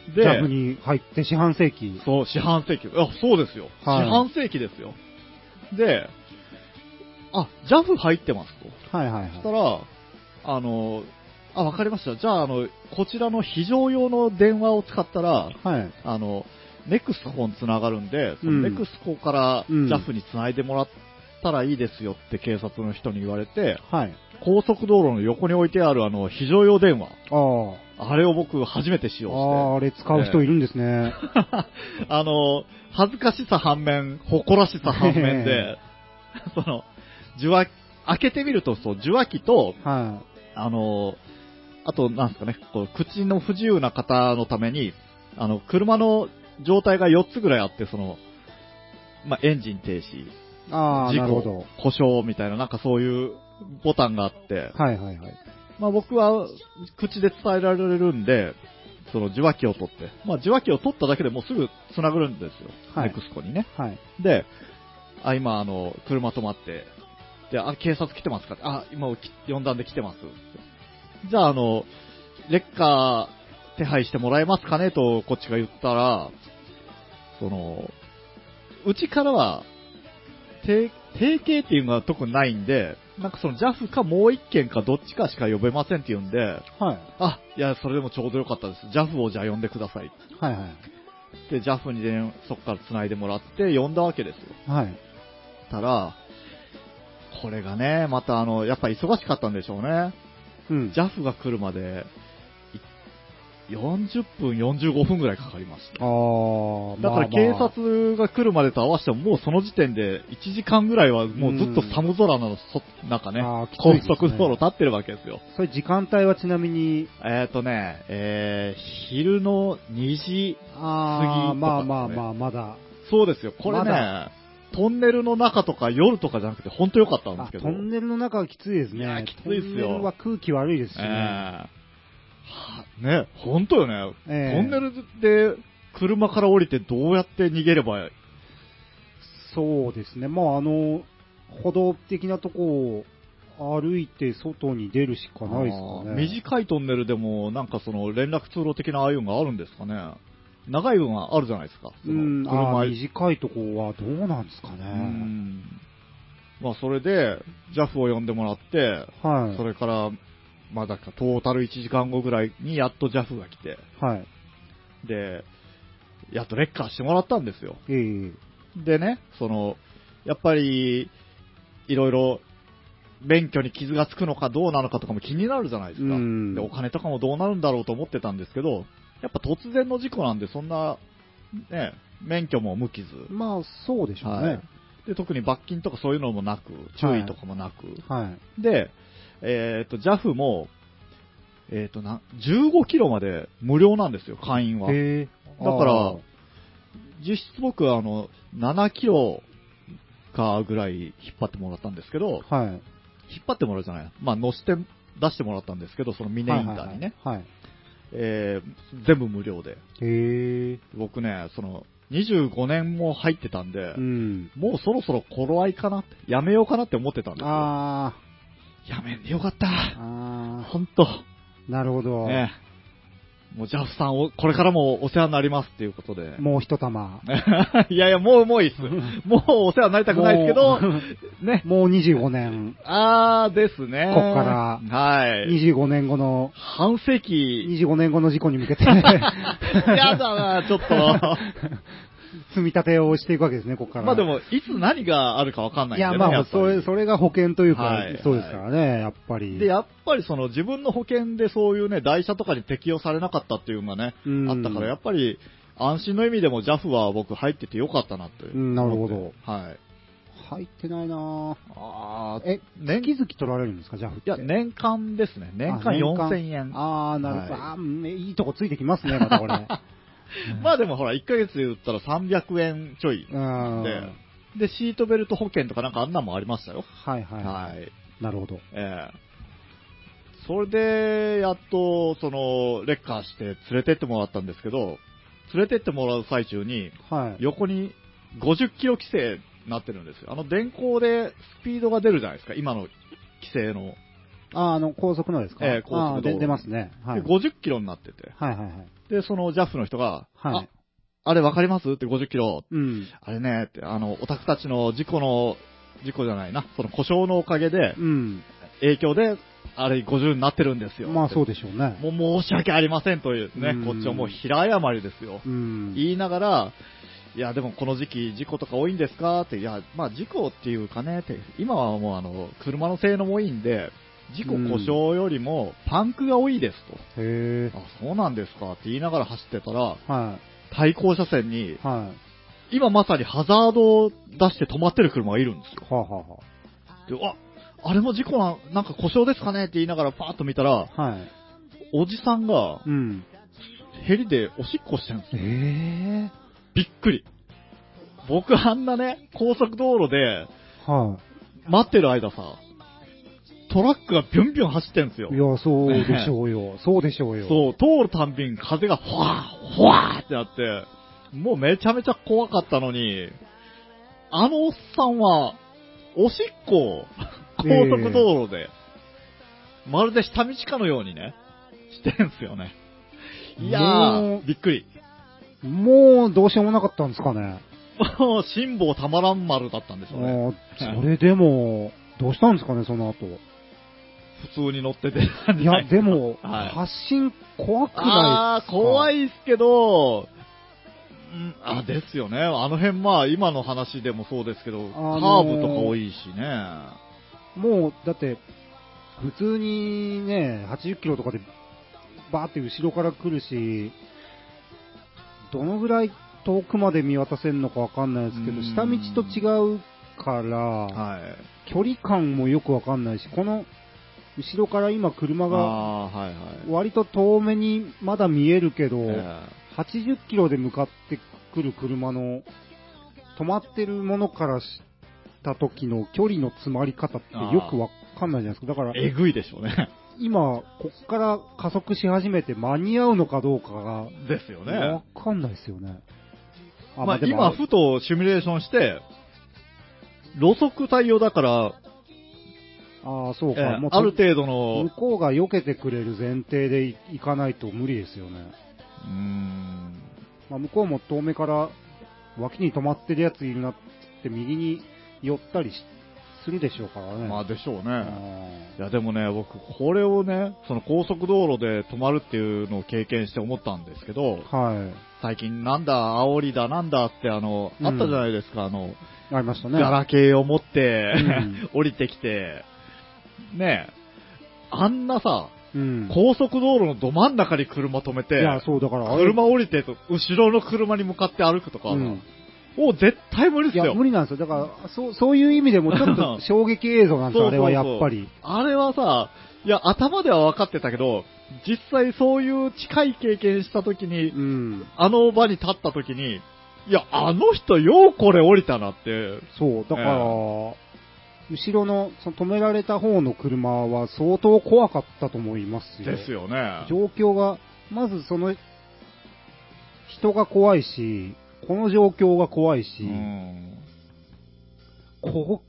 ジ
で、
ャブに入って四半世紀。
そう、四半世紀。あ、そうですよ。
はい
四半世紀ですよ。で、あ、JAF 入ってますと。
はいはい
そした
は
ら、あの、あ、わかりました。じゃあ、あの、こちらの非常用の電話を使ったら、
い。はい。
あの、ネクスコにつながるんで、そ
うん
のネクスコから
うん
JAF につないでもらったらいいですよって警察の人に言われて、
はい。
高速道路の横に置いてあるあの、非常用電話。
ああ。
あれを僕初めて使用
あ
し
あ、あれ使う人いるんですね。
て。あの、恥ずかしさ反面、誇らしさ反面で、その、受話、開けてみると、そう、受話器と、
は
あの、あと、なんですかね、こう口の不自由な方のために、あの、車の状態が4つぐらいあって、その、まあ、エンジン停止、
い。ああ、なるほど
事。故、故障みたいな、なんかそういうボタンがあって、
はいはいはい。
まあ、僕は口で伝えられるんで、その受話器を取って、まあ、受話器を取っただけでもうすぐ繋がるんですよ、
はい
ネクスコにね。
はい。
で、あ、今、あの、車止まって、で、あ、警察来てますかあ、今、き呼んだんで来てます。じゃあ、あの、レッカー手配してもらえますかねと、こっちが言ったら、その、うちからは、提提携っていうのは特にないんで、なんかその JAF かもう一件かどっちかしか呼べませんって言うんで、
はい。
あ、いや、それでもちょうどよかったです。JAF をじゃあ呼んでください。
はいは
で、JAF に電そこから繋いでもらって呼んだわけですよ。
い。はい。
ったら、これがね、またあの、やっぱ忙しかったんでしょうね。
うん。
JAF が来るまで、い40分、45分ぐらいかかりました。
ああ、
だから警察が来るまでと合わせても、もうその時点で1時間ぐらいはもうずっと寒空のそ中ね
あーきつい
高
ですね
速道路立ってるわけですよ。
それ時間帯はちなみに、
えっ、とね、えー、昼の2時、
ああ、
次とかね
まあまあまあ、まだ。
そうですよ、これ
ま
ね、
だ
トンネルの中とか夜とかじゃなくて本当良かったんです
あ
けど。
トンネルの中はきついです
いやー
ね。
きついっすよ
トンネルは空気悪いですし
ええ
ね。
はね、本当よね、
ええ
トンネルで車から降りてどうやって逃げれば
そうですね。まあ、あの、歩道的なとこを歩いて外に出るしかないですか
あー
ね。
短いトンネルでもなんかその連絡通路的なああいうのがあるんですかね。長い分はあるじゃないですか。その
うん、
車
あー短いとこはどうなんですか
う
ね。
んまあ、それで、JAF を呼んでもらって、
はい。
それから、まあ、だからトータル1時間後ぐらいにやっと JAF が来て、
はい。
で、やっとレッカーしてもらったんですよ。
ええ
でね、その、やっぱり、いろいろ、免許に傷がつくのかどうなのかとかも気になるじゃないですか。
うん
で、お金とかもどうなるんだろうと思ってたんですけど、やっぱ突然の事故なんで、そんな、ね、免許も無傷。
まあ、そうでしょうね。
はいで、特に罰金とかそういうのもなく、注意とかもなく。
はい。
で、えっ、と、JAF も、えっ、とな、15キロまで無料なんですよ、会員は。
へえ
だから
あー、
実質僕はあの、7キロかぐらい引っ張ってもらったんですけど、
はい。
引っ張ってもらうじゃない。まあ、乗して、出してもらったんですけど、そのミネインターにね、
はいはいはい。
えー全部無料で。
へえ
僕ね、その、25年も入ってたんで、
うん。
もうそろそろ頃合いかなって、やめようかなって思ってたんですよ。
あ
やめんでよかった。
あ、あ
ほんと。
あ、なるほど。
ねもうジャフさんを、これからもお世話になりますっていうことで。
もう一玉。
*laughs* いやいや、もうもういいっす。
*laughs*
もうお世話になりたくないですけど、ね。
もう25年。
あーですね。
こっから
はい。
25年後の、
半世紀。
25年後の事故に向けて、
*laughs* やだな、ちょっと。
*laughs* 積み立てをしていくわけですね、ここから。
まあでも、いつ何があるかわかんない
い
んで、ね、
や、ま
や
あ、
っぱり
それ、それが保険というか、
はい
そうですからね、やっぱり。
で、やっぱりその自分の保険でそういうね、台車とかに適用されなかったっていうのがね、
うん
あったから、やっぱり安心の意味でも JAF は僕入っててよかったなという。
うんなるほど。
はい。
入ってないなぁ
あ
え、
年
月々取られるんですか、ジャフっ
い
て。
や、年間ですね。年
あ
間4000円。
あー、なるほど。
はい
あーうんいいとこついてきますね、またこ
*laughs*
れ。
まあでもほら、1ヶ月で言ったら300円ちょい
うん。
で、で、シートベルト保険とかなんかあんなんもありましたよ。
はいはい。
はい。
なるほど。
ええそれで、やっと、その、レッカーして連れてってもらったんですけど、連れてってもらう最中に、
はい。
横に50キロ規制になってるんですよ。あの、電光でスピードが出るじゃないですか、今の規制の。
あー、あの、高速のですか
ええ高速道路
あーで出ますね。はい。
で
はい
50キロになってて。
はいはい。
で、その JAF の人が、
はい
あ、あれわかりますって50キロ。
うん。
あれね、って、あの、オタクたちの事故の、事故じゃないな、その故障のおかげで
う、ん。
影響で、あれ50になってるんですよ。
まあそう
で
でしょうね。
もう申し訳ありませんというね
う、ん
こっちはもう平謝りですよ。
うん。
言いながら、いや、でもこの時期、事故とか多いんですかって、いや、まあ事故っていうかね、って、今はもうあの、車の性能もいいんで、事故故障よりもパンクが多いですと。
へえ。
あ、そうなんですかって言いながら走ってたら、
は
対向車線に
い。、はい。
今まさにハザードを出して止まってる車がいるんですよ。
はあ、は
で、あ、あれも事故な、なんか故障ですかねって言いながらパーッと見たら、
あ、はあ。はい。
おじさんが
うん。
ヘリでおしっこしてるんです
え
よ。
え。
びっくり。僕あんなね、高速道路で
は
待ってる間さ、トラックがビュンビュン走ってるんですよ
い。い。や、そうでしょう
*laughs*
よ。そうでしょうよ。
そう、通るたんびに風がほわー、ほわーってなって、もうめちゃめちゃ怖かったのに、あのおっさんは、おしっこを高速道路で、まるで下道かのようにね、してんすよね。いや
もう
ー、びっくり。
もうどうしようもなかったんですかね。
もう、辛抱たまらん丸だったんでしょうね。
あーそれでも、どうしたんですかね、その後。
普通に乗ってて。
いや、でも、
はい
発信怖くない
ああー、怖
い。
いっすけど、うん、あ、ですよね。あの辺、まあ、今の話でもそうですけど、カ
のー
ーブとか多いしね。
もう、だって、普通にね、80キロとかで、バーって後ろから来るし、どのぐらい遠くまで見渡せるのかわかんないですけ
う
ど、
ん
下道と違うから、
はい。
距離感もよくわかんないし、この、後ろから今車が、
ああー、はいはい。
割と遠目にまだ見えるけど、
え
80キロで向かってくる車の、止まってるものからした時の距離の詰まり方ってよくわかんないじゃないですか。だから
ー、えぐいでしょうね。 *laughs*
今、こっから加速し始めて間に合うのかどうかが、
ですよ
わ
ね。
かんないですよね。あ
まあ、
でも
今、ふとシミュレーションして、路側対応だから、
ああ、そうか。
えー
もう
ある程度
向
の、
こうが避けてくれる前提でい行かないと無理ですよね。
うーん、
まあ、向こうも遠目から脇に止まってるやついるなってって右に寄ったりしするでしょうからね。
まあでしょうね。
あ
いやでもね、僕、これをね、その高速道路で止まるっていうのを経験して思ったんですけど、
ーはい。
最近なんだ、煽りだなんだってあの、
うん
あったじゃないですか、あの、
ありましたね。
ガラケーを持って、
うん
*laughs* 降りてきて、ねえ、あんなさ、
うん。
高速道路のど真ん中に車止め
い
て、
や、そうだから、あれ
車降りてと、後ろの車に向かって歩くとか、
うん
もう絶対無理で
いや、
すよ
無。理なんですよ。だから、そう、そういう意味でもちょっ
*laughs*
と衝撃映像なんですよ、あれはやっぱり。
あれはさ、いや、頭では分かってたけど、実際そういう近い経験した時に、
うん。
あの場に立った時に、いや、あの人ようこれ降りたなって、
そう、だから、
え
後ろの、その止められた方の車は相当怖かったと思いますよ。
ですよね。
状況が、まずその、人が怖いし、この状況が怖いし、
うん
こ、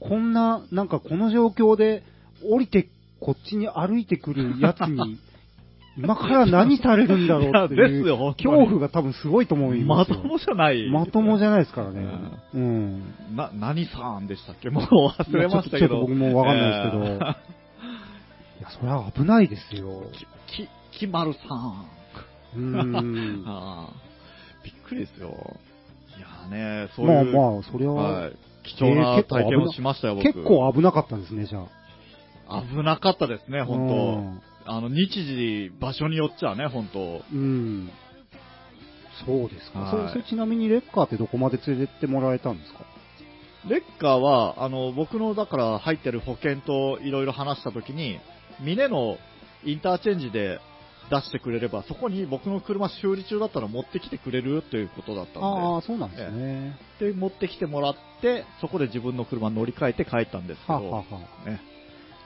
こんな、なんかこの状況で降りて、こっちに歩いてくるやつに、今から何されるんだろうって
いや
い
です
う
よ本当
恐
に
怖が多分すごいと思いま
ます
よ
と。もじゃない。
まともじゃないですからね。うん。
な、何さんでしたっけもう忘れまし
ちょっと
たけど。
ちょっと僕もわかんないですけいや、それは危ないですよ。
けど。き、き、きまるさん。
うーん。ま
あーびっくりですよ。いやー *laughs* ね、そう
あ
いう、
まあ、それ
は
は、
い、貴重な
えー結構危な
体験をしましたよ、僕。
結構危なかったんですね、じゃあ。
危なかったですね、本当あの、日時、場所によっちゃね、本当
当。うん。そうですか。
はい
それそれちなみにレッカーってどこまで連れてってもらえたんですか
レッカーは、あの、僕の、だから、入ってる保険といろいろ話したときに、峰のインターチェンジで出してくれれば、そこに僕の車修理中だったら持ってきてくれるということだった
あ
ん
あ、そうなんですね。
で、で、持ってきてもらって、そこで自分の車乗り換えて帰ったんですけ
はあは
ど、
あはあ
ね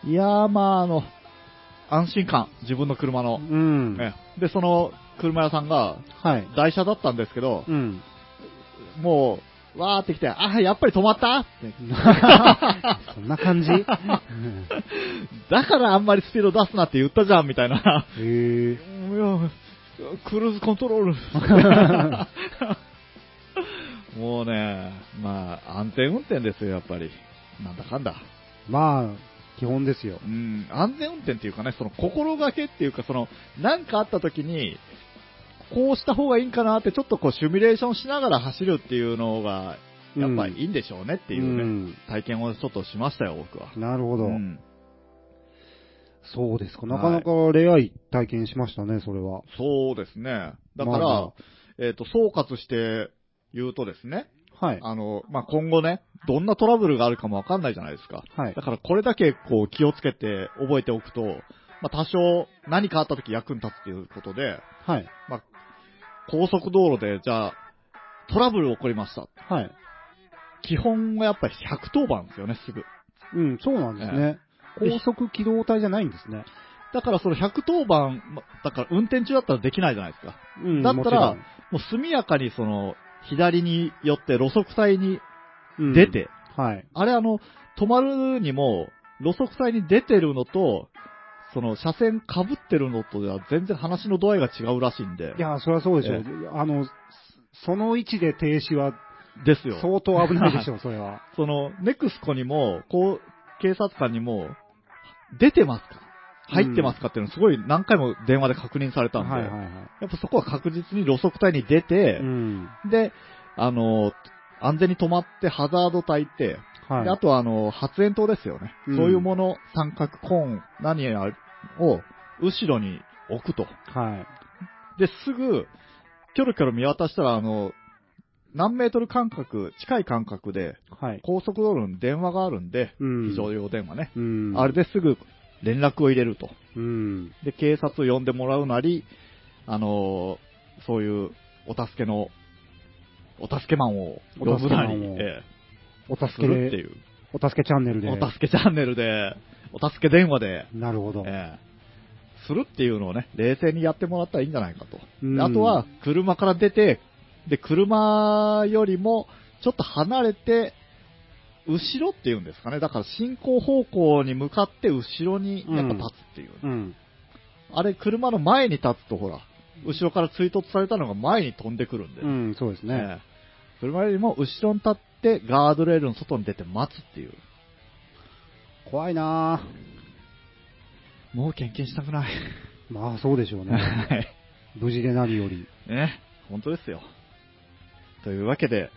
いやー、まあ、あの、安心感、自分の車の
う。ん。
ねで、その車屋さんが、
はい。
台車だったんですけど
う、
*laughs*
ん。
もう、わーって来て、あ、やっぱり止まったって。
そんな感じうん
だからあんまりスピード出すなって言ったじゃん、みたいな。
へえ
い。やクルーズコントロ
*laughs*
ール。もうね、まあ、安全運転ですよ、やっぱり。なんだかんだ。
まあ、基本ですよ。
うん、安全運転っていうかね、その心がけっていうか、その、なんかあった時に、こうした方がいいんかなって、ちょっとこう、シミュレーションしながら走るっていうのが、やっぱいいんでしょうねっていうね、
うん
体験をちょっとしましたよ、僕は。
なるほど。
うん
そうですか。
はい
なかなかレアい体験しましたね、それは。
そうですね。だから、
まあまあ
えっ、と、総括して言うとですね、
はい。
あの、まあ、今後ね、どんなトラブルがあるかもわかんないじゃないですか。
はい
だ。からこれだけこう気をつけて覚えておくと、まあ、多少何かあった時役に立つっていうことで、
はい。
まあ、高速道路で、じゃあ、トラブル起こりました。
はい。
基本はやっぱり110番ですよね、すぐ。
うん、そうなんですね。
ええ
高速機動隊じゃないんですね。
だからその110番、まだから運転中だったらできないじゃないですか。
うん、
だったら
も
もう速やかにその、左に寄って路側帯に
ちろん、
出て、
うん。はい。
あれあの、止まるにも、路側帯に出てるのと、その車線被ってるのとでは全然話の度合いが違うらしいんで。
いや、そりゃそうでしょ
え
う。あの、そその位置で停止は
ですよ。
相当危ないでしょう、それ
*laughs*
は。
その、ネクスコにも、こう、警察官にも、出てますか入ってますかっていうのすごい何回も電話で確認されたんで、
はいはいは
やっぱそこは確実に路側帯に出
い。
て
う、ん。
で、あの、安全に止まってハザード帯って、であ
は
とはあの、発煙筒ですよね。
うん
そういうもの、三角コーン、何やらを、後ろに置くと。
い。はい。
で、すぐ、キョロキョロ見渡したら、あの、何メートル間隔、近い間隔で、
はい。
高速道路に電話があるんで、
うん。
非常用電話ね。
うん。
あれですぐ連絡を入れると。
うん。
で、警察を呼んでもらうなり、あのーそういうお助けの、お助けマンを呼ぶ
お助けマン
なり
を、
え
お
え
助
す
け
るってい
で、
う。
お助けチャンネルで。
お助けチャンネルで、お助け電話で、
なるほど。
ええするっていうのをね、冷静にやってもらったらいいんじゃないかと。
うん
であとは、、車から出て、で、車よりも、ちょっと離れて、後ろっていうんですかね。だから進行方向に向かって後ろにやっぱ立つっていう。
うん。
あれ、車の前に立つとほら、後ろから追突されたのが前に飛んでくるんで、
うん、そうですね。
ええそれまでにも後ろに立ってガードレールの外に出て待つっていう。
怖いな
もう経験したくない。
ぁ。まあ、そうでしょう
*laughs*
ね。
はい
無事で何より。
ね、本当ですよ。というわけで、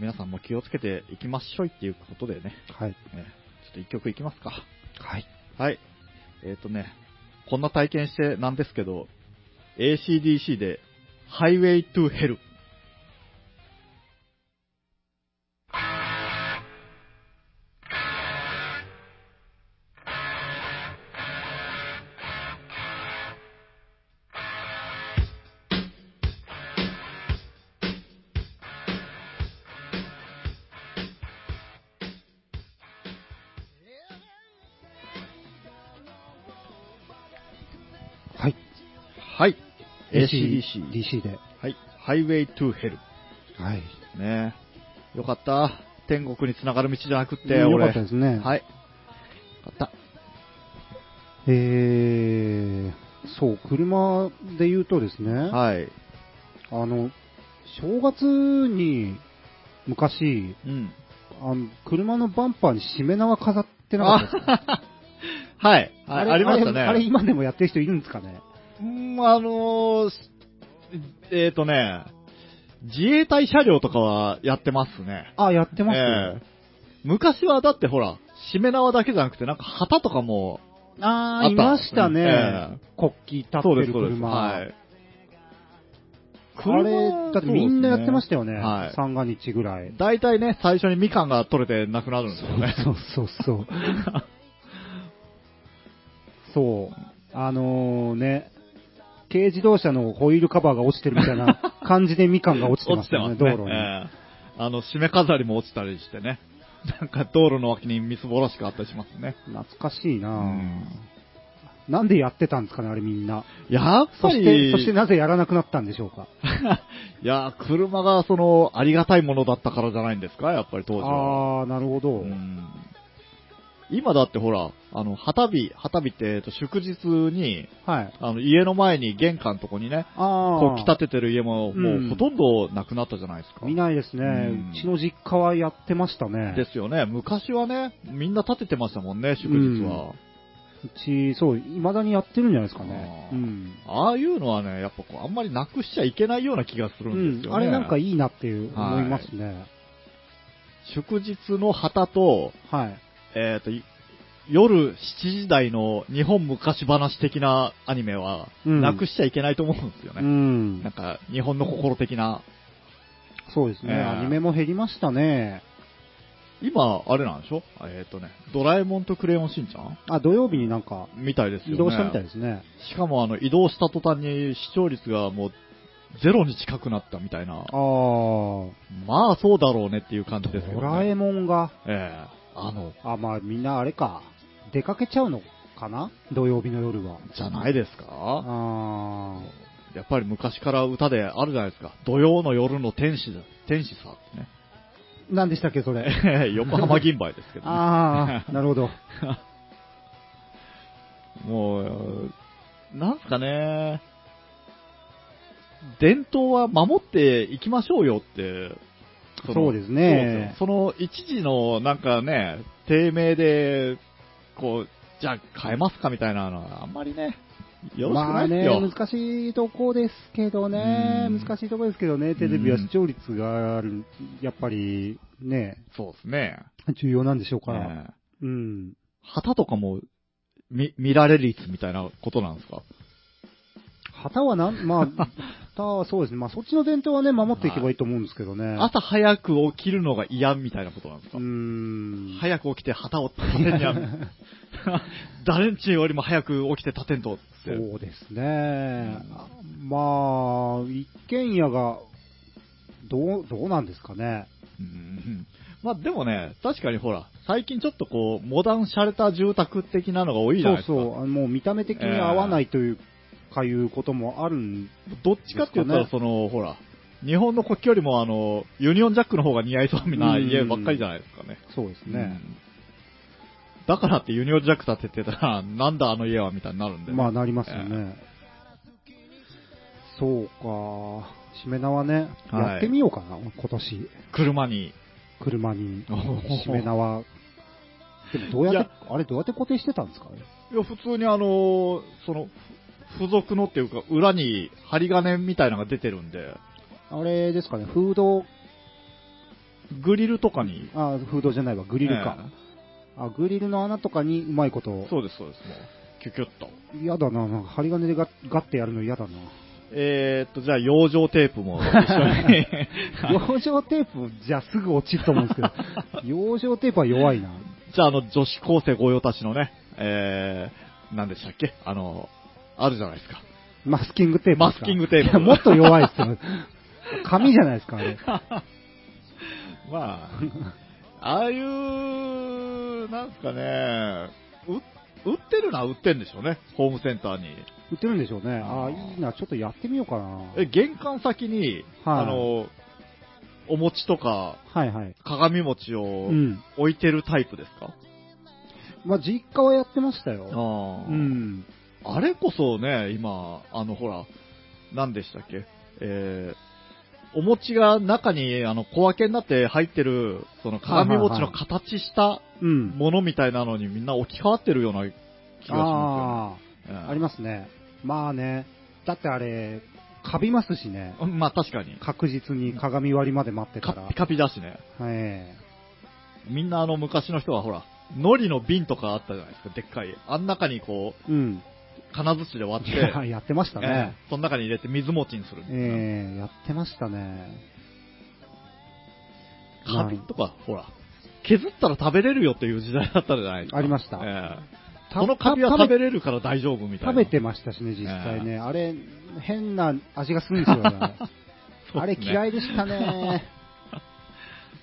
皆さんも気をつけていきましょいっていうことでね、ね
はい。
ちょっと一曲いきますか。
はい。
はい。えっ、とね、こんな体験してなんですけど、ACDC で、ハイウェイトゥヘル。
はい。
はい。
AC
ACDC。
DC で。
はい。ハイウェイトゥヘル。
はい。
ねよかった。天国に繋がる道じゃなくって、
うんよ
俺。
かったですね。
はい。よかった。
えー、そう、車で言うとですね、
はい。
あの、正月に昔、
うん。
あの車のバンパーにしめ縄飾ってなかったですか
あ *laughs* はい。あありましたね。
あれあれ今でもやってる人いるんですかね
うん、あのーしえっ、とね、自衛隊車両とかはやってますね。
あ、やってます、
ええ昔はだってほら、しめ縄だけじゃなくて、なんか旗とかも、
あ
あ
ー、い
った
ましたね。
ええ
国旗立って
そうで
る
す、そうです。
車。
はい。
あれ、だってみんなやってましたよね。
はい
三が日ぐらい。
大体ね、最初にみかんが取れてなくなるんですよね。
そうそうそう。 *laughs* そう。あのね、軽自動車のホイールカバーが落ちてるみたい
*laughs*
な感じでみかんが落ちてま
落
し
ちて
たよ
ま
ね、
す
道
ね。
路に。
ええあの、締め飾りも落ちたりしてね。なんか道路の脇にみすぼらしくあったりしますね。
懐かしいな、
うん
なんでやってたんですかね、あれみんな。
やっ
そ
ぱ
し
り
て、、そしてなぜやらなくなったんでしょうか。
いやー、車がその、ありがたいものだったからじゃないんですか、やっぱり当時は。
あー、なるほど。
うん今だってほら、あの、旗日、旗日って、えっと、祝日に、
はい。
あの、家の前に玄関のとこにね、
あ
こう、
ー
着立ててる家も、も
ん
うほとんどなくなったじゃないですか。
見ないですね、う
うん
ちの実家はやってましたね。
ですよね。昔はね、みんな立ててましたもんね、祝日は。
うち、そう、未だにやってるんじゃないですかね。
あ
う
ー
ん。
ああいうのはね、やっぱこう、あんまりなくしちゃいけないような気がするんですよね。
あれなんかいいなっていう思いますね。
祝日の旗と、
はい。
えっ、と、い夜7時台の日本昔話的なアニメは、
うん
なくしちゃいけないと思うんですよ
う
ね。
ん
なん。か、日本の心的な。
そうですね、
ええ
アニメも減りましたね。
今、あれなんでしょえっ、とね、ドラえもんとクレヨンしんちゃん
あ、土曜日になんか
みたいですよね。
移動したみたいですね。
しかも、あの、移動した途端に視聴率がもう、ゼロに近くなったみたいな。
あー、
まあ、そうだろうねっていう感じですけど、
ド
ね。
ラえもんが、
ええあの、
あ、まあみんなあれか、出かけちゃうのかな土曜日の夜は。
じゃないですか
あ
やっぱり昔から歌であるじゃないですか。土曜の夜の天使だ、天使さってね。
ー、なんでしたっけ、そ
*laughs*
れ。 *laughs*
ええ横浜銀杯ですけど、ね、
あ *laughs* ー、なるほど。
もう、なんすかね、伝統は守っていきましょうよって、の
そうですね
そうそうその一時のなんかね、低迷で、こう、じゃあ変えますかみたいなのは、あんまりね、よろしく
ま
な
あ
いです
ね、
よ。
難しいとこですけどね、
うん
難しいとこですけどね、テレビは
うん
視聴率がある、やっぱりね、
そうですね。
重要なんでしょうから。
ねえ
うん。
旗とかも、見、見られる率みたいなことなんですか
旗はなん、まあ、旗はそうですね、まあそっちの伝統はね、守っていけばいいと思うんですけどね。
朝早く起きるのが嫌みたいなことなんですか
うーん。
早く起きて旗を立てん *laughs* や。誰んちよりも早く起きて立てんとって。
そうですね。まあ、一軒家が、どう、どうなんですかね。
うんまあでもね、確かにほら、最近ちょっとこう、モダン洒落た住宅的なのが多いじゃないですか。
そうそうあの、もう見た目的に合わないという、かいうこともあるん
どっちかって言った
で
ら、
す
その、ほら、日本の国旗よりもあの、ユニオンジャックの方が似合いそうな家ばっかりじゃないですかね。
そうですね。
うんだからってユニオンジャック立ててたら、なんだあの家はみたいになるんでね、
まあ、なりますよね。そうか。しめ縄ね。
はい
やってみようかな、今年。
車に。
車に
おー。
しめ縄。でもどうやっ
い
て、あれどうやって固定してたんですかね
いや、普通にあのーその、付属のっていうか、裏に針金みたいなのが出てるんで、
あれですかね、フード、
グリルとかに。
あ、フードじゃないわ、グリルか。
え
あ、グリルの穴とかにうまいこと
え。そうです、そうです。もう、キュキュッと。
嫌だな、なんか針金でガッガッてやるの嫌だな。
えー、っと、じゃあ、養生テープも一緒に。
*laughs* 養生テープじゃすぐ落ちると思うんですけ
*laughs*
ど、養生テープは弱いな。
*laughs* じゃあ、あの、女子高生御用達のね、えー、何でしたっけあの、あるじゃないですか。
マスキングテープですか。
マスキングテープ
いやもっと弱いですよ。紙じゃないですか、あれ。
ま
*laughs*
あ、ああいう、なんすかね、う売ってるのは売ってるんでしょうね、ホームセンターに。
売ってるんでしょうね。あ
あ
あ、
ー
いいな、ちょっとやってみようかな。
え、玄関先に、
はい
あの、お餅とか、
はいはい。
鏡餅
う
を
ん。
置いてるタイプですか、
まあ、実家はやってましたよ。
ああ
うん。
あれこそね、今、あの、ほら、何でしたっけえー、お餅が中にあの小分けになって入ってる、その鏡餅の形した
うん。
ものみたいなのにみんな置き換わってるような気がしま
あ
すよね。
あ、ありますね。まあね、だってあれ、カビますしね。
す。まあ確かに。
確実に鏡割りまで待って
カ
た
ッ
ら
ピ。カピだしね。
はい。
みんなあの昔の人はほら、海苔の瓶とかあったじゃないですか、でっかい。あん中にこ
うん。
う、金槌で割っ
い *laughs*
て、
ややってましたね。
ええその中に入れて水餅にするみたいな。
ええやってましたね。
カビとか、ほら、削ったら食べれるよっていう時代だったじゃないですか。
ありました
ええ
た
このカビは食
食べ
べれるから大丈夫みたいな。
食べてましたしね、実際ね。あれ、変な味がするんですよ
*laughs*
ね。あれ嫌
い。
いでしたね。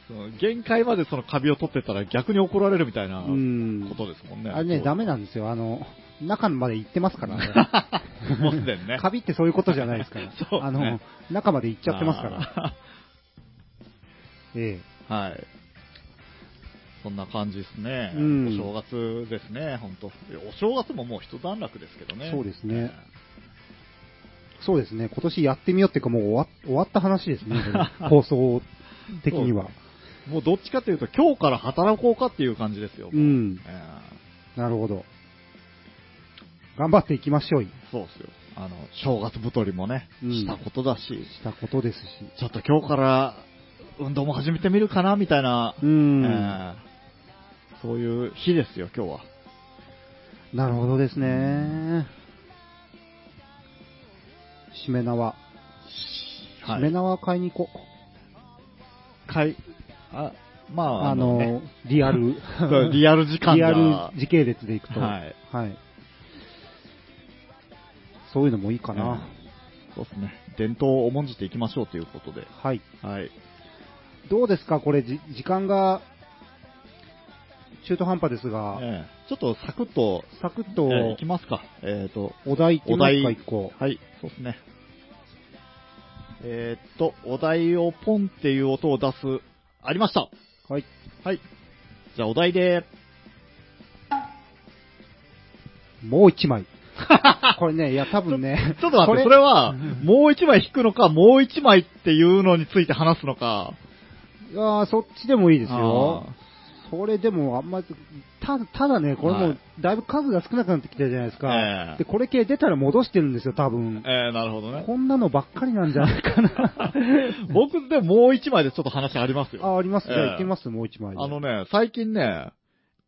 その限界までそのカビを取ってたら逆に怒られるみたいな
う
こ
ん。
とですも *laughs* んね。
あれね、ダメなんですよ。あの、中まで行ってますからね。
*laughs* もうすでにね。
*laughs* カビってそういうことじゃないですから。
そうね
あの、中まで行っちゃってますから。
ら。
ええ。
*laughs* はい。そんな感じですね。
うん
お正月ですね、本当。お正月ももう一段落ですけどね。
そうですねそうですね。今年やってみようっていうか、もう終わ終わった話
*laughs*
ですね。これ放送的には。
ええ。もうどっちかというと、今日から働こうかっていう感じですよ。
う
え
ん。
え
なるほど。頑張っていきましょう。し
そうですよ。あの、正月太りもね、
うん
したことだし、
たことですし。
ちょっと今日から運動も始めてみるかな、みたいな、
う
え
ん。
ーそういう日ですよ、今日は。
なるほどですね。しめ縄。し
は
め
い。
縄買いに行こう。
かいあ、まあ、
あ
あ
の、
のね、。
リアル
*laughs* リアル時間
リア
が
ル時系列で行くと。
はい。
はいそういうのもいいかな。
そうですね。伝統を重んじていきましょうということで。
はい。
はい。
どうですかこれ、じ時間が、中途半端ですが、
ええちょっとサクッと、
サクッ
え
と、
えいきますか。えっ、と、
お題いき
お
ます
題
か、一個。
はい、そうですね。えーっと、お題をポンっていう音を出す、ありました
はい。
はい。じゃあお題で、
もう一
*laughs*
枚。これね、いや、多分ね。
ちょっと待
こ
って、
れ
それは、もう一枚引くのか、もう一枚っていうのについて話すのか。
いやーそっちでもいいですよ
あ。
それでもあんまり、たただね、これ
は
も
い
だいぶ数が少なくなってきたじゃないですか。
ええ
で、これ系出たら戻してるんですよ、多分。
えー、なるほどね。
こんなのばっかりなんじゃないか
*laughs*
な。
僕でももう一枚でちょっと話ありますよ。
あ、ありますね。
ええ
行ってみます、もう一枚で。
あのね、最近ね、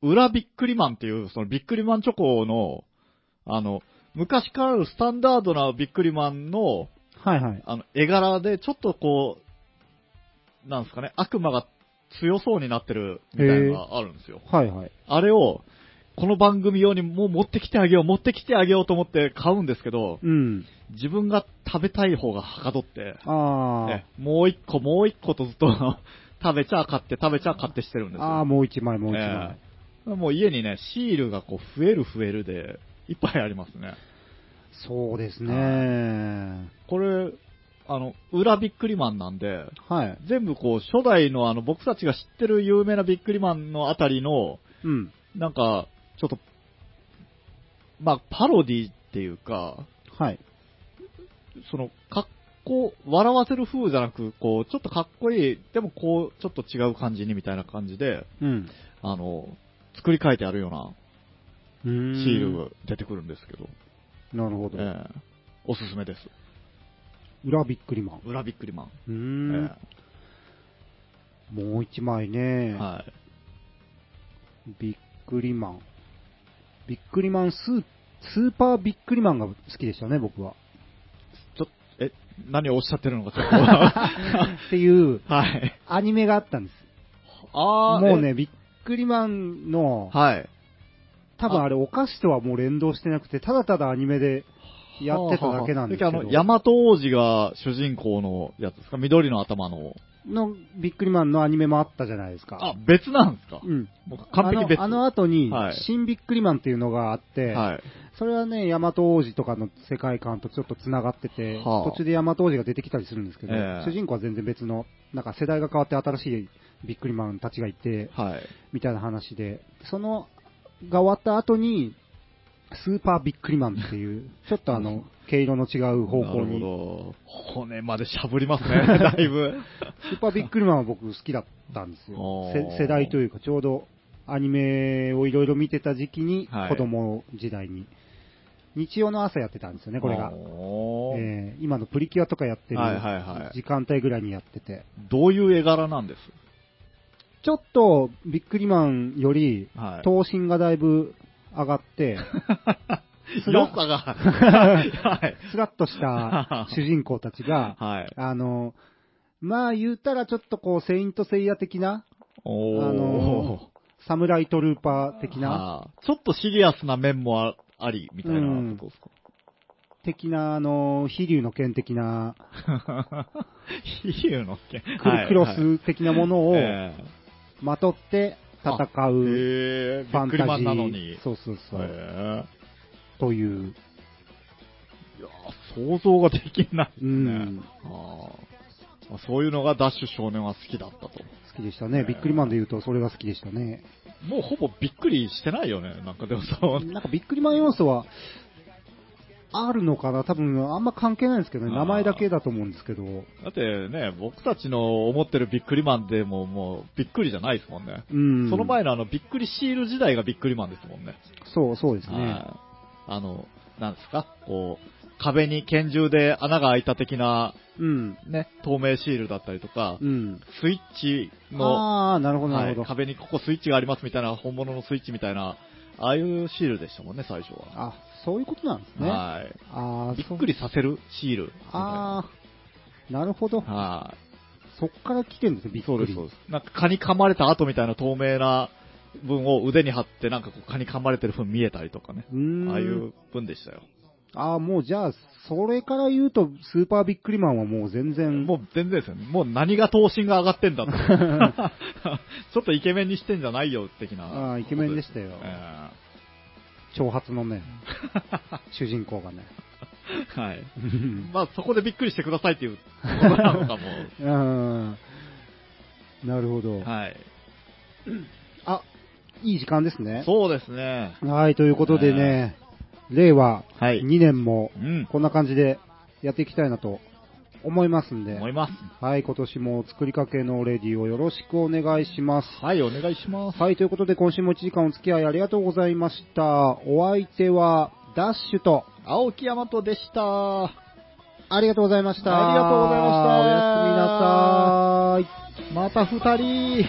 裏ビックリマンっていう、そのビックリマンチョコの、あの、昔からあるスタンダードなビックリマンの、
はいはい。
あの、絵柄で、ちょっとこう、なんですかね、悪魔が強そうになってるみたいなのがあるんですよ。
はいはい。
あれを、この番組用にもう持ってきてあげよう、持ってきてあげようと思って買うんですけど、
うん。
自分が食べたい方がはかどって、
あ
ねもう一個、もう一個とずっと *laughs* 食べちゃあ買って、食べちゃあ買ってしてるん
あ。
ですよ。
ああ、もう一枚、もう一
え
枚。
えもう家にね、シールがこう増える増えるで、いっぱいありますね。
そうですね。
これ、あの、裏ビックリマンなんで、
はい。
全部こう、初代のあの、僕たちが知ってる有名なビックリマンのあたりの、
うん。
なんか、ちょっと、まあ、パロディっていうか、
はい。
その、格好、笑わせる風じゃなく、こう、ちょっとかっこいい、でもこう、ちょっと違う感じにみたいな感じで、
うん。
あの、作り変えてあるような
シ
シールが出てくるんですけど、
なるほど。
ええおすすめです。
裏びっくりマン。
裏びっくりマン。
うー
え
ん。もう一枚
え
ね。
はい。
びっくりマン。びっくりマンスー、スーパーびっくりマンが好きでしたね、僕
*laughs*
は。
ちょっと、え、何をおっしゃってるのかちょっと。
*laughs*
は
っていう
い。
アニメがあったんです。
あー
もう、ね、びっくりマン
え
の、
はい。
多分あれお菓子とはもう連動してなくて、ただただアニメでやってただけなんですけ
はあはあ
ど。
あの、ヤマト王子が主人公のやつですか緑の頭の。
のびっくりマンのアニメもあったじゃないですか。
あ、別なんですか
うん。
もう完璧別。
あのあの後に
はい、
新びっくりマンっていうのがあって、
はい。
それはね、ヤマト王子とかの世界観とちょっと繋がってて、
はあ
途中でヤマト王子が出てきたりするんですけど、
ええ
主人公は全然別の、なんか世代が変わって新しいビックリマンたちがいて、
はい。
みたいな話で、そのが終わった後に、スーパービックリマンって
*laughs*
いう、ちょっとあの、毛色の違う方向
なる
に、
ほど。骨までしゃぶりますね、
*laughs*
だいぶ。
スーパービックリマンは僕好きだったん
*laughs*
ですよ
お。ー
せ世代というか、ちょうどアニメをいろいろ見てた時期に、
はい
子供時代に、日曜の朝やってたんですよね、これが。
おー
えー今のプリキュアとかやってる
はいはいはい
時間帯ぐらいにやってて、
どういう絵柄なんです
ちょっとビックリマンより
はい。
頭身がだいぶ上が *laughs* って、す
良
ら
さが。はい。
スラッと *laughs* した主人公たち *laughs* が、
はい。
あの、まあ言ったらちょっとこう、セイントセイヤ的な、
おー
あのサムライトルーパー的な、
はあちょっとシリアスな面もああり、みたいなことですか。 *laughs*
的な、あの、飛竜の剣的な、
比喩の件。
クルクロ
はいはい
ス的なものを
ええ
まとって戦う
へえ
ファン
びっくり
タ
マ
ジ
ンなの
ー
に。、
そうそうそう、
へ
という、
えいやー想像ができないです
う
ね。
ん、
あーまあそういうのがダッシュ少年は好きだったと。
好きでしたね。ビックリマンで言うとそれが好きでしたね。
もうほぼびっくりしてないよね。なんかでもそう。
なんかビックリマン要素は、あるのかな多分あんま関係ないんですけどね。
あー
名前だけだと思うんですけど。
だってね、僕たちの思ってるびっくりマンでももうびっくりじゃないですもんね。
うん。
その前のあのびっくりシール時代がびっくりマンですもんね。
そう、そうですね。
はいあの、なんですか、こう、壁に拳銃で穴が開いた的な、
うん。
ね、透明シールだったりとか、
うん。
スイッチの、
ああ、なるほど、な
は
る
い
ほど。
壁にここスイッチがありますみたいな、本物のスイッチみたいな、ああいうシールでしたもんね、最初は。
あ、そういうことなんですね。あ
はい。
あー、
びっ
そう
くりさせるシールみたいな。
ああ、なるほど。
は
そっから来てるんですね、
い
びっ。
そう
く
です、
り。
そうです。なんか蚊に噛まれた跡みたいな透明な分を腕に貼って、なんかこう蚊に噛まれてる分見えたりとかね。
うーん。
ああいう分でしたよ。
あーもうじゃあ、それから言うと、スーパービックリマンはもう全然、
もう全然ですよね。もう何が頭身が上がってん *laughs* だって。ちょっとイケメンにしてんじゃないよ、的な。
あーイケメンでしたよ
え
挑発のね、主人公
*laughs*
がね。
ーはい。まあそこでびっくりしてくださいっていうことなのかも。
うんなるほど。
はい。
あ、いい時間ですね。
そうですね。
はい、ということでね、令和
はい
2年も
うん。
こんな感じでやっていきたいなと思いますんで、
思いま
はい、今年も作りかけのレディをよろしくお願いします。
す。はい、お願いします。
はい、ということで今週も1時間お付き合いありがとうございました。お相手は、ダッシュと、
青木大和でした。
ありがとうございました。
ありがとうございました
おやすみなさい。
また二人。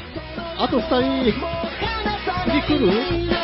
あと二人。
離さないで